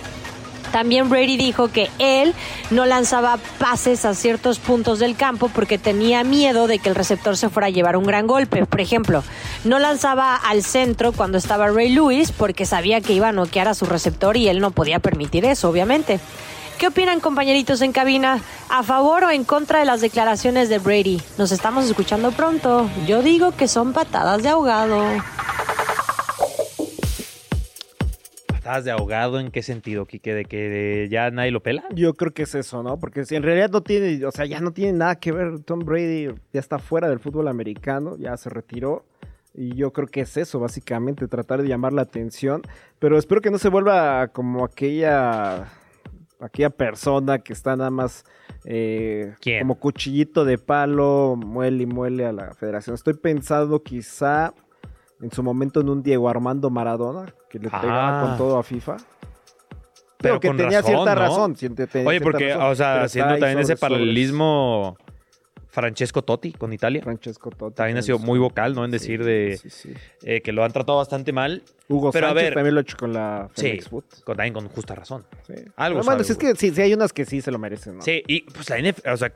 [SPEAKER 10] También Brady dijo que él no lanzaba pases a ciertos puntos del campo porque tenía miedo de que el receptor se fuera a llevar un gran golpe. Por ejemplo, no lanzaba al centro cuando estaba Ray Lewis porque sabía que iba a noquear a su receptor y él no podía permitir eso, obviamente. ¿Qué opinan compañeritos en cabina? ¿A favor o en contra de las declaraciones de Brady? Nos estamos escuchando pronto. Yo digo que son patadas de ahogado.
[SPEAKER 2] ¿Estabas de ahogado en qué sentido, Quique? ¿De que ya nadie lo pela?
[SPEAKER 3] Yo creo que es eso, ¿no? Porque si en realidad no tiene, o sea, ya no tiene nada que ver. Tom Brady ya está fuera del fútbol americano, ya se retiró. Y yo creo que es eso, básicamente, tratar de llamar la atención. Pero espero que no se vuelva como aquella, aquella persona que está nada más eh,
[SPEAKER 2] ¿Quién?
[SPEAKER 3] como cuchillito de palo, muele y muele a la federación. Estoy pensando quizá en su momento en un Diego Armando Maradona, que le pegaba
[SPEAKER 2] Ah.
[SPEAKER 3] con todo a FIFA.
[SPEAKER 2] Pero
[SPEAKER 3] Pero, que
[SPEAKER 2] con
[SPEAKER 3] tenía
[SPEAKER 2] razón,
[SPEAKER 3] cierta
[SPEAKER 2] ¿no?
[SPEAKER 3] razón. siente- tenía
[SPEAKER 2] Oye,
[SPEAKER 3] cierta
[SPEAKER 2] porque,
[SPEAKER 3] razón.
[SPEAKER 2] o sea,
[SPEAKER 3] Pero
[SPEAKER 2] haciendo
[SPEAKER 3] está ahí
[SPEAKER 2] también ese
[SPEAKER 3] sobre- sobre
[SPEAKER 2] paralelismo, Francesco Totti con Italia.
[SPEAKER 3] Francesco Totti.
[SPEAKER 2] También ha sido muy vocal, ¿no? En decir de
[SPEAKER 3] Sí, sí.
[SPEAKER 2] eh, que lo han tratado bastante mal.
[SPEAKER 3] Hugo
[SPEAKER 2] Pero a
[SPEAKER 3] Sánchez
[SPEAKER 2] ver-
[SPEAKER 3] también lo ha hecho con la
[SPEAKER 2] Sí.
[SPEAKER 3] Femex Food.
[SPEAKER 2] Con, también con justa razón.
[SPEAKER 3] Sí.
[SPEAKER 2] Algo
[SPEAKER 3] Pero bueno,
[SPEAKER 2] sabe,
[SPEAKER 3] si es
[SPEAKER 2] güey.
[SPEAKER 3] que sí, sí, hay unas que sí se lo merecen, ¿no?
[SPEAKER 2] Sí, y pues la NFL, o sea,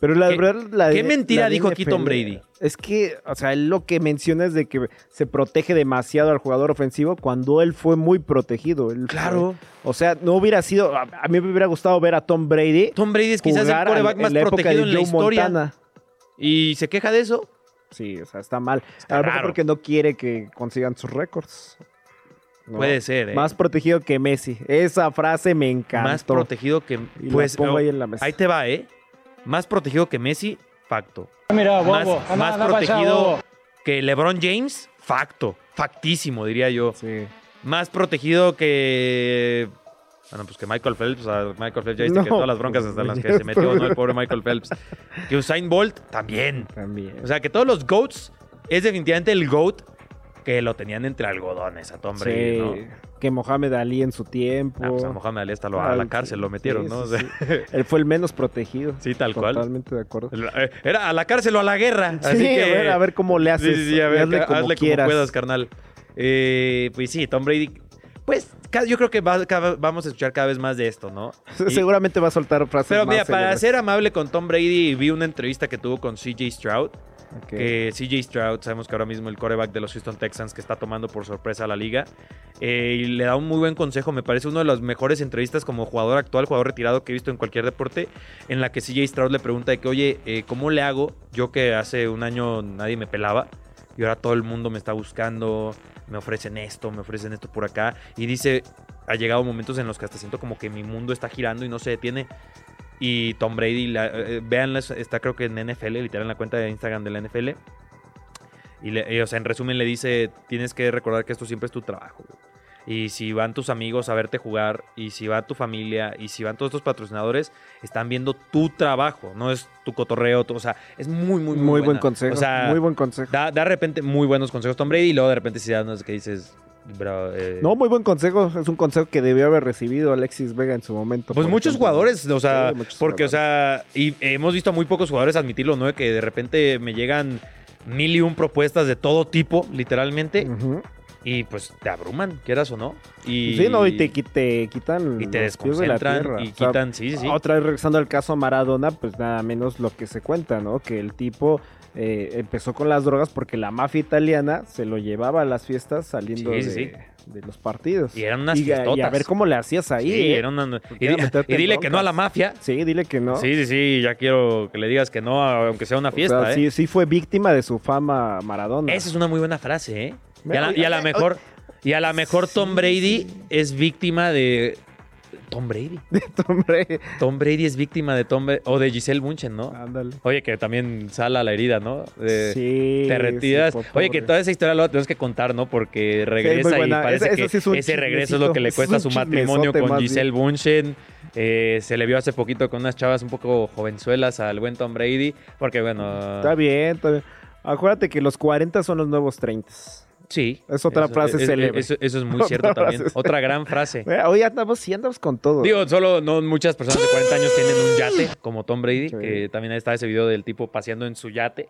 [SPEAKER 3] Pero la
[SPEAKER 2] ¿Qué-
[SPEAKER 3] verdad, la
[SPEAKER 2] qué
[SPEAKER 3] de-
[SPEAKER 2] mentira
[SPEAKER 3] la de
[SPEAKER 2] dijo aquí Tom
[SPEAKER 3] NFL,
[SPEAKER 2] Brady?
[SPEAKER 3] Es que, o sea, él lo que menciona es de que se protege demasiado al jugador ofensivo cuando él fue muy protegido. Él fue-
[SPEAKER 2] Claro.
[SPEAKER 3] o sea, no hubiera sido. A, a mí me hubiera gustado ver a Tom Brady.
[SPEAKER 2] Tom Brady es quizás el
[SPEAKER 3] jugar
[SPEAKER 2] coreback
[SPEAKER 3] al-
[SPEAKER 2] más
[SPEAKER 3] la época
[SPEAKER 2] protegido
[SPEAKER 3] de
[SPEAKER 2] en la
[SPEAKER 3] Joe
[SPEAKER 2] historia.
[SPEAKER 3] Montana.
[SPEAKER 2] Y se queja de eso.
[SPEAKER 3] Sí, o sea, está mal. a lo mejor
[SPEAKER 2] raro.
[SPEAKER 3] porque no quiere que consigan sus récords. ¿no?
[SPEAKER 2] Puede ser, ¿eh?
[SPEAKER 3] Más protegido que Messi. Esa frase me encantó.
[SPEAKER 2] Más protegido que.
[SPEAKER 3] Y la
[SPEAKER 2] Pues
[SPEAKER 3] pongo
[SPEAKER 2] oh,
[SPEAKER 3] ahí en la mesa.
[SPEAKER 2] ahí te va, ¿eh? Más protegido que Messi, facto.
[SPEAKER 11] Mira,
[SPEAKER 2] Más,
[SPEAKER 11] bobo. Anda,
[SPEAKER 2] más
[SPEAKER 11] anda pa' allá,
[SPEAKER 2] protegido
[SPEAKER 11] bobo.
[SPEAKER 2] que LeBron James, facto. Factísimo, diría yo.
[SPEAKER 3] Sí.
[SPEAKER 2] Más protegido que. Bueno, pues que Michael Phelps. a Michael Phelps ya viste que
[SPEAKER 3] No,
[SPEAKER 2] todas las broncas hasta en las
[SPEAKER 3] *laughs*
[SPEAKER 2] que se metió, ¿no? El pobre Michael Phelps. Que Usain Bolt también.
[SPEAKER 3] También.
[SPEAKER 2] O sea, que todos los GOATs es definitivamente el GOAT que lo tenían entre algodones a Tom Brady,
[SPEAKER 3] Sí,
[SPEAKER 2] ¿no?
[SPEAKER 3] Que Mohamed Ali en su tiempo.
[SPEAKER 2] Ah, pues a Mohamed Ali hasta lo- a
[SPEAKER 3] Al-
[SPEAKER 2] la cárcel lo metieron,
[SPEAKER 3] sí,
[SPEAKER 2] ¿no?
[SPEAKER 3] sí,
[SPEAKER 2] O sea,
[SPEAKER 3] sí. Él fue el menos protegido.
[SPEAKER 2] Sí, tal cual.
[SPEAKER 3] Totalmente de acuerdo.
[SPEAKER 2] Eh, Era a la cárcel o a la guerra.
[SPEAKER 3] Sí,
[SPEAKER 2] así que-
[SPEAKER 3] a, ver, a ver cómo le haces.
[SPEAKER 2] Sí, sí, sí, a ver,
[SPEAKER 3] hazle
[SPEAKER 2] ca-
[SPEAKER 3] como
[SPEAKER 2] hazle como
[SPEAKER 3] quieras.
[SPEAKER 2] puedas, carnal. Eh, pues sí, Tom Brady. Pues ca- yo creo que va- cada- vamos a escuchar cada vez más de esto,
[SPEAKER 3] *laughs*
[SPEAKER 2] ¿no? Y-
[SPEAKER 3] Seguramente va a soltar frases
[SPEAKER 2] Pero
[SPEAKER 3] más
[SPEAKER 2] mira, para
[SPEAKER 3] célebres.
[SPEAKER 2] ser amable con Tom Brady, vi una entrevista que tuvo con CJ Stroud.
[SPEAKER 3] Ok.
[SPEAKER 2] Que CJ Stroud, sabemos que ahora mismo el coreback de los Houston Texans que está tomando por sorpresa a la liga. eh, y le da un muy buen consejo. Me parece una de las mejores entrevistas como jugador actual, jugador retirado que he visto en cualquier deporte. En la que CJ Stroud le pregunta de que, oye, eh, ¿cómo le hago? Yo que hace un año nadie me pelaba. Y ahora todo el mundo me está buscando. Me ofrecen esto, me ofrecen esto por acá. Y dice, ha llegado momentos en los que hasta siento como que mi mundo está girando y no se detiene. Y Tom Brady, la, eh, véanla, está creo que en NFL, literal en la cuenta de Instagram de la NFL. Y, le- y, o sea, en resumen le dice, tienes que recordar que esto siempre es tu trabajo. güey. Y si van tus amigos a verte jugar, y si va tu familia, y si van todos tus patrocinadores, están viendo tu trabajo, no es tu cotorreo. tu- o sea, es muy, muy, muy,
[SPEAKER 3] Muy, buen
[SPEAKER 2] buena.
[SPEAKER 3] consejo.
[SPEAKER 2] O sea,
[SPEAKER 3] muy buen consejo.
[SPEAKER 2] da, da de repente muy buenos consejos Tom Brady, y luego de repente si da unos que dices, bro, eh,
[SPEAKER 3] No, muy buen consejo. Es un consejo que debió haber recibido Alexis Vega en su momento.
[SPEAKER 2] Pues
[SPEAKER 3] por
[SPEAKER 2] muchos
[SPEAKER 3] ejemplo.
[SPEAKER 2] jugadores, o sea,
[SPEAKER 3] Sí, muchos
[SPEAKER 2] porque,
[SPEAKER 3] jugadores.
[SPEAKER 2] o sea, y hemos visto a muy pocos jugadores admitirlo, ¿no? Que de repente me llegan mil y un propuestas de todo tipo, literalmente,
[SPEAKER 3] Ujú.
[SPEAKER 2] y pues te abruman, quieras o no. Y,
[SPEAKER 3] Sí, no, y te, qui- te quitan.
[SPEAKER 2] y te
[SPEAKER 3] los pies de la tierra.
[SPEAKER 2] desconcentran y
[SPEAKER 3] O sea,
[SPEAKER 2] quitan, sí, sí, sí.
[SPEAKER 3] Otra vez regresando al caso Maradona, pues nada menos lo que se cuenta, ¿no? Que el tipo eh, empezó con las drogas porque la mafia italiana se lo llevaba a las fiestas saliendo
[SPEAKER 2] Sí, sí, sí.
[SPEAKER 3] de, de los partidos.
[SPEAKER 2] Y eran unas
[SPEAKER 3] y, a- y a
[SPEAKER 2] fiestotas.
[SPEAKER 3] ver cómo le hacías ahí.
[SPEAKER 2] Sí,
[SPEAKER 3] ¿eh?
[SPEAKER 2] era una- y,
[SPEAKER 3] era
[SPEAKER 2] di-
[SPEAKER 3] meterte
[SPEAKER 2] y
[SPEAKER 3] en
[SPEAKER 2] dile que no a la
[SPEAKER 3] broncas.
[SPEAKER 2] mafia.
[SPEAKER 3] Sí, dile que no.
[SPEAKER 2] Sí, sí, sí, ya quiero que le digas que no, aunque sea una
[SPEAKER 3] O
[SPEAKER 2] fiesta,
[SPEAKER 3] sea,
[SPEAKER 2] ¿eh?
[SPEAKER 3] sí, sí fue víctima de su fama Maradona.
[SPEAKER 2] Esa es una muy buena frase, ¿eh? Y
[SPEAKER 3] Me-
[SPEAKER 2] a la,
[SPEAKER 3] oye,
[SPEAKER 2] y a la
[SPEAKER 3] oye,
[SPEAKER 2] mejor, y a la mejor Tom
[SPEAKER 3] Sí,
[SPEAKER 2] Brady
[SPEAKER 3] sí.
[SPEAKER 2] es víctima de... Tom Brady.
[SPEAKER 3] *laughs* Hombre,
[SPEAKER 2] Tom Brady es víctima de Tom Bra- o de Giselle Bunchen, ¿no?
[SPEAKER 3] ándale.
[SPEAKER 2] Oye, que también sala la herida, ¿no? De-
[SPEAKER 3] Ah. sí.
[SPEAKER 2] Te retiras.
[SPEAKER 3] sí, por
[SPEAKER 2] Oye, que
[SPEAKER 3] pobre.
[SPEAKER 2] toda esa historia la tenemos que contar, ¿no? Porque regresa
[SPEAKER 3] muy
[SPEAKER 2] y
[SPEAKER 3] buena.
[SPEAKER 2] parece
[SPEAKER 3] Esa-
[SPEAKER 2] que
[SPEAKER 3] esa sí es un
[SPEAKER 2] ese regreso es
[SPEAKER 3] chismecito.
[SPEAKER 2] lo que le
[SPEAKER 3] Es
[SPEAKER 2] cuesta
[SPEAKER 3] un
[SPEAKER 2] su matrimonio
[SPEAKER 3] chismesote
[SPEAKER 2] con
[SPEAKER 3] más bien.
[SPEAKER 2] Giselle Bunchen. Eh, se le vio hace poquito con unas chavas un poco jovenzuelas al buen Tom Brady. Porque, bueno.
[SPEAKER 3] Está bien, está bien. Acuérdate que los 40 son los nuevos 30.
[SPEAKER 2] Sí.
[SPEAKER 3] Es otra frase célebre.
[SPEAKER 2] Eso, eso es muy
[SPEAKER 3] *laughs* Otra
[SPEAKER 2] cierto
[SPEAKER 3] frase
[SPEAKER 2] también.
[SPEAKER 3] célebre.
[SPEAKER 2] Otra gran frase.
[SPEAKER 3] Eh, Hoy andamos, sí andamos con todo.
[SPEAKER 2] Digo, solo no muchas personas de 40 años tienen un yate, como Tom Brady,
[SPEAKER 3] Sí.
[SPEAKER 2] que también ahí está ese video del tipo paseando en su yate.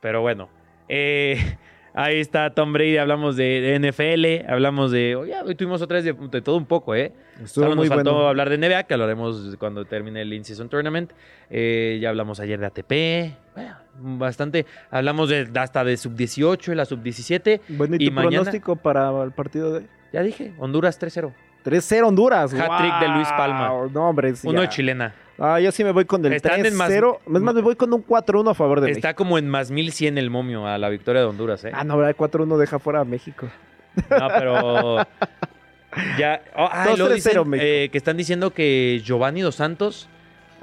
[SPEAKER 2] Pero bueno, eh, ahí está Tom Brady, hablamos de, de NFL, hablamos de... oye, hoy tuvimos otras de, de todo un poco, ¿eh?
[SPEAKER 3] Estuvo
[SPEAKER 2] Solo
[SPEAKER 3] muy
[SPEAKER 2] nos faltó
[SPEAKER 3] bueno.
[SPEAKER 2] hablar de NBA, que lo haremos cuando termine el In-Season Tournament. Eh, ya hablamos ayer de ATP, bueno, bastante. Hablamos de, hasta de Sub-18 y la Sub-17.
[SPEAKER 3] Bueno, ¿y,
[SPEAKER 2] Y
[SPEAKER 3] tu
[SPEAKER 2] mañana-
[SPEAKER 3] pronóstico para el partido de
[SPEAKER 2] Ya dije, Honduras 3-0.
[SPEAKER 3] 3-0 Honduras?
[SPEAKER 2] Hat-trick de Luis Palma.
[SPEAKER 3] ¡Guau! No, hombre, sí.
[SPEAKER 2] Uno
[SPEAKER 3] ya.
[SPEAKER 2] de chilena.
[SPEAKER 3] Ah, yo sí me voy con el
[SPEAKER 2] Están en más-
[SPEAKER 3] 3-0. Es más, me voy con un 4-1 a favor de
[SPEAKER 2] Está
[SPEAKER 3] México.
[SPEAKER 2] como en más 1100 el momio a la victoria de Honduras, ¿eh?
[SPEAKER 3] Ah, no, verdad, el 4-1 deja fuera a México.
[SPEAKER 2] No, pero. Ya, oh, ah, y luego
[SPEAKER 3] 2-3-0
[SPEAKER 2] dicen,
[SPEAKER 3] México.
[SPEAKER 2] eh, que están diciendo que Giovanni Dos Santos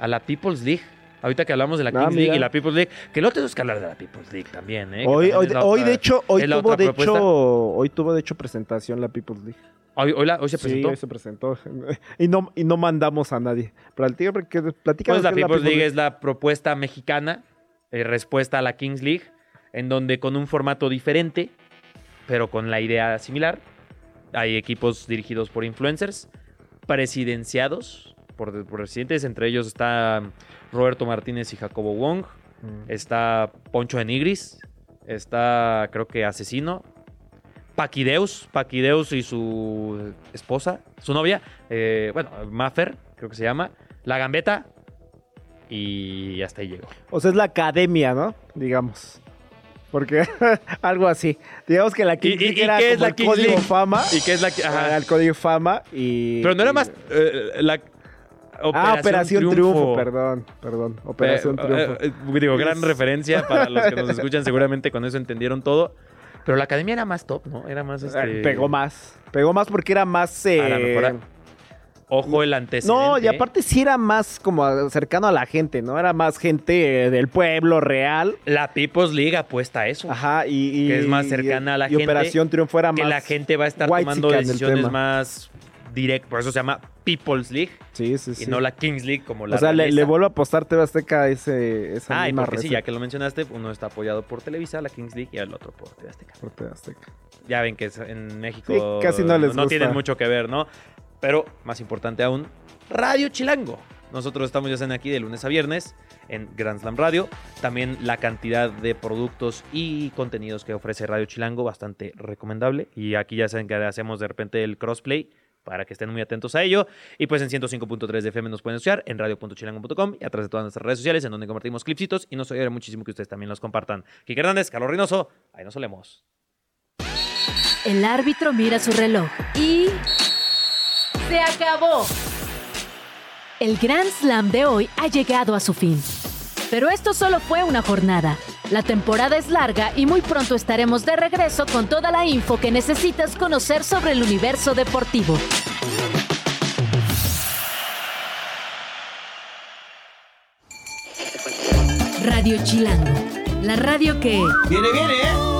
[SPEAKER 2] a la People's League. Ahorita que hablamos de la
[SPEAKER 3] Ah,
[SPEAKER 2] Kings League
[SPEAKER 3] mira.
[SPEAKER 2] y la People's League, que luego tenemos que hablar de la People's League también, ¿eh? Que
[SPEAKER 3] Hoy,
[SPEAKER 2] también
[SPEAKER 3] hoy,
[SPEAKER 2] es la
[SPEAKER 3] hoy
[SPEAKER 2] otra-
[SPEAKER 3] de hecho, hoy
[SPEAKER 2] es la
[SPEAKER 3] tuvo
[SPEAKER 2] otra
[SPEAKER 3] de
[SPEAKER 2] propuesta.
[SPEAKER 3] hecho, hoy tuvo de hecho presentación la People's League.
[SPEAKER 2] Hoy, hoy la- hoy se
[SPEAKER 3] Sí,
[SPEAKER 2] presentó.
[SPEAKER 3] hoy se presentó. *laughs* Y no, y no mandamos a nadie. Platica, porque- platícanos
[SPEAKER 2] Pues la
[SPEAKER 3] qué es
[SPEAKER 2] People's League es la propuesta mexicana, eh, respuesta a la Kings League, en donde con un formato diferente, pero con la idea similar, hay equipos dirigidos por influencers, presidenciados por, por presidentes, entre ellos está Roberto Martínez y Jacobo Wong,
[SPEAKER 3] Mm.
[SPEAKER 2] está Poncho Enigris, está creo que Asesino, Paquideus, Paquideus y su esposa, su novia, eh, bueno, Maffer, creo que se llama, La Gambeta, y hasta ahí llegó.
[SPEAKER 3] O sea, es la academia, ¿no? Digamos. Porque *laughs* algo así. Digamos que la
[SPEAKER 2] ¿Y,
[SPEAKER 3] Kings
[SPEAKER 2] y-
[SPEAKER 3] League
[SPEAKER 2] y
[SPEAKER 3] era
[SPEAKER 2] qué es
[SPEAKER 3] como
[SPEAKER 2] la
[SPEAKER 3] el
[SPEAKER 2] Kings
[SPEAKER 3] código
[SPEAKER 2] League?
[SPEAKER 3] fama.
[SPEAKER 2] ¿Y qué es la ajá.
[SPEAKER 3] Era el código fama y...
[SPEAKER 2] Pero no era más eh, la Operación,
[SPEAKER 3] Ah, Operación Triunfo.
[SPEAKER 2] Triunfo.
[SPEAKER 3] perdón, perdón. Operación
[SPEAKER 2] Eh,
[SPEAKER 3] Triunfo.
[SPEAKER 2] eh, eh, digo, gran referencia para los que *laughs* nos escuchan, seguramente con eso entendieron todo. Pero la academia era más top, ¿no? Era más.
[SPEAKER 3] Eh,
[SPEAKER 2] Este,
[SPEAKER 3] Pegó más. Pegó más porque era más... eh,
[SPEAKER 2] A la mejora. Ojo el antecedente.
[SPEAKER 3] No, y aparte sí era más como a- cercano a la gente, ¿no? Era más gente eh, del pueblo real.
[SPEAKER 2] La People's League apuesta a eso.
[SPEAKER 3] Ajá, y... y-
[SPEAKER 2] Que es más
[SPEAKER 3] y-
[SPEAKER 2] cercana a la
[SPEAKER 3] y
[SPEAKER 2] gente,
[SPEAKER 3] Operación Triunfo era más...
[SPEAKER 2] que la gente va a estar
[SPEAKER 3] whitezican
[SPEAKER 2] tomando
[SPEAKER 3] el
[SPEAKER 2] decisiones
[SPEAKER 3] tema.
[SPEAKER 2] más directas. Por eso se llama People's League
[SPEAKER 3] Sí, sí, sí.
[SPEAKER 2] y no la Kings League como la.
[SPEAKER 3] o sea, le,
[SPEAKER 2] realeza.
[SPEAKER 3] le vuelvo a apostar TV Azteca a ese, esa
[SPEAKER 2] Ah, y
[SPEAKER 3] misma
[SPEAKER 2] porque sí,
[SPEAKER 3] receta
[SPEAKER 2] ya que lo mencionaste, uno está apoyado por Televisa, la Kings League, y el otro por TV Azteca.
[SPEAKER 3] por TV Azteca.
[SPEAKER 2] Ya ven que es- en México
[SPEAKER 3] Sí, casi no les gusta.
[SPEAKER 2] tienen mucho que ver, ¿no? Pero más importante aún, Radio Chilango. Nosotros estamos ya saben, aquí de lunes a viernes en Grand Slam Radio. También la cantidad de productos y contenidos que ofrece Radio Chilango, bastante recomendable. Y aquí ya saben que hacemos de repente el crossplay para que estén muy atentos a ello. Y pues en 105.3 de FM nos pueden escuchar en radio.chilango.com y a través de todas nuestras redes sociales en donde compartimos clipsitos y nos ayudará muchísimo que ustedes también los compartan. Kike Hernández, Carlos Reynoso, ahí nos solemos.
[SPEAKER 4] El árbitro mira su reloj y... ¡Se acabó! El Grand Slam de hoy ha llegado a su fin. Pero esto solo fue una jornada. La temporada es larga y muy pronto estaremos de regreso con toda la info que necesitas conocer sobre el universo deportivo. Radio Chilango, la radio que...
[SPEAKER 11] Viene, viene, ¿eh?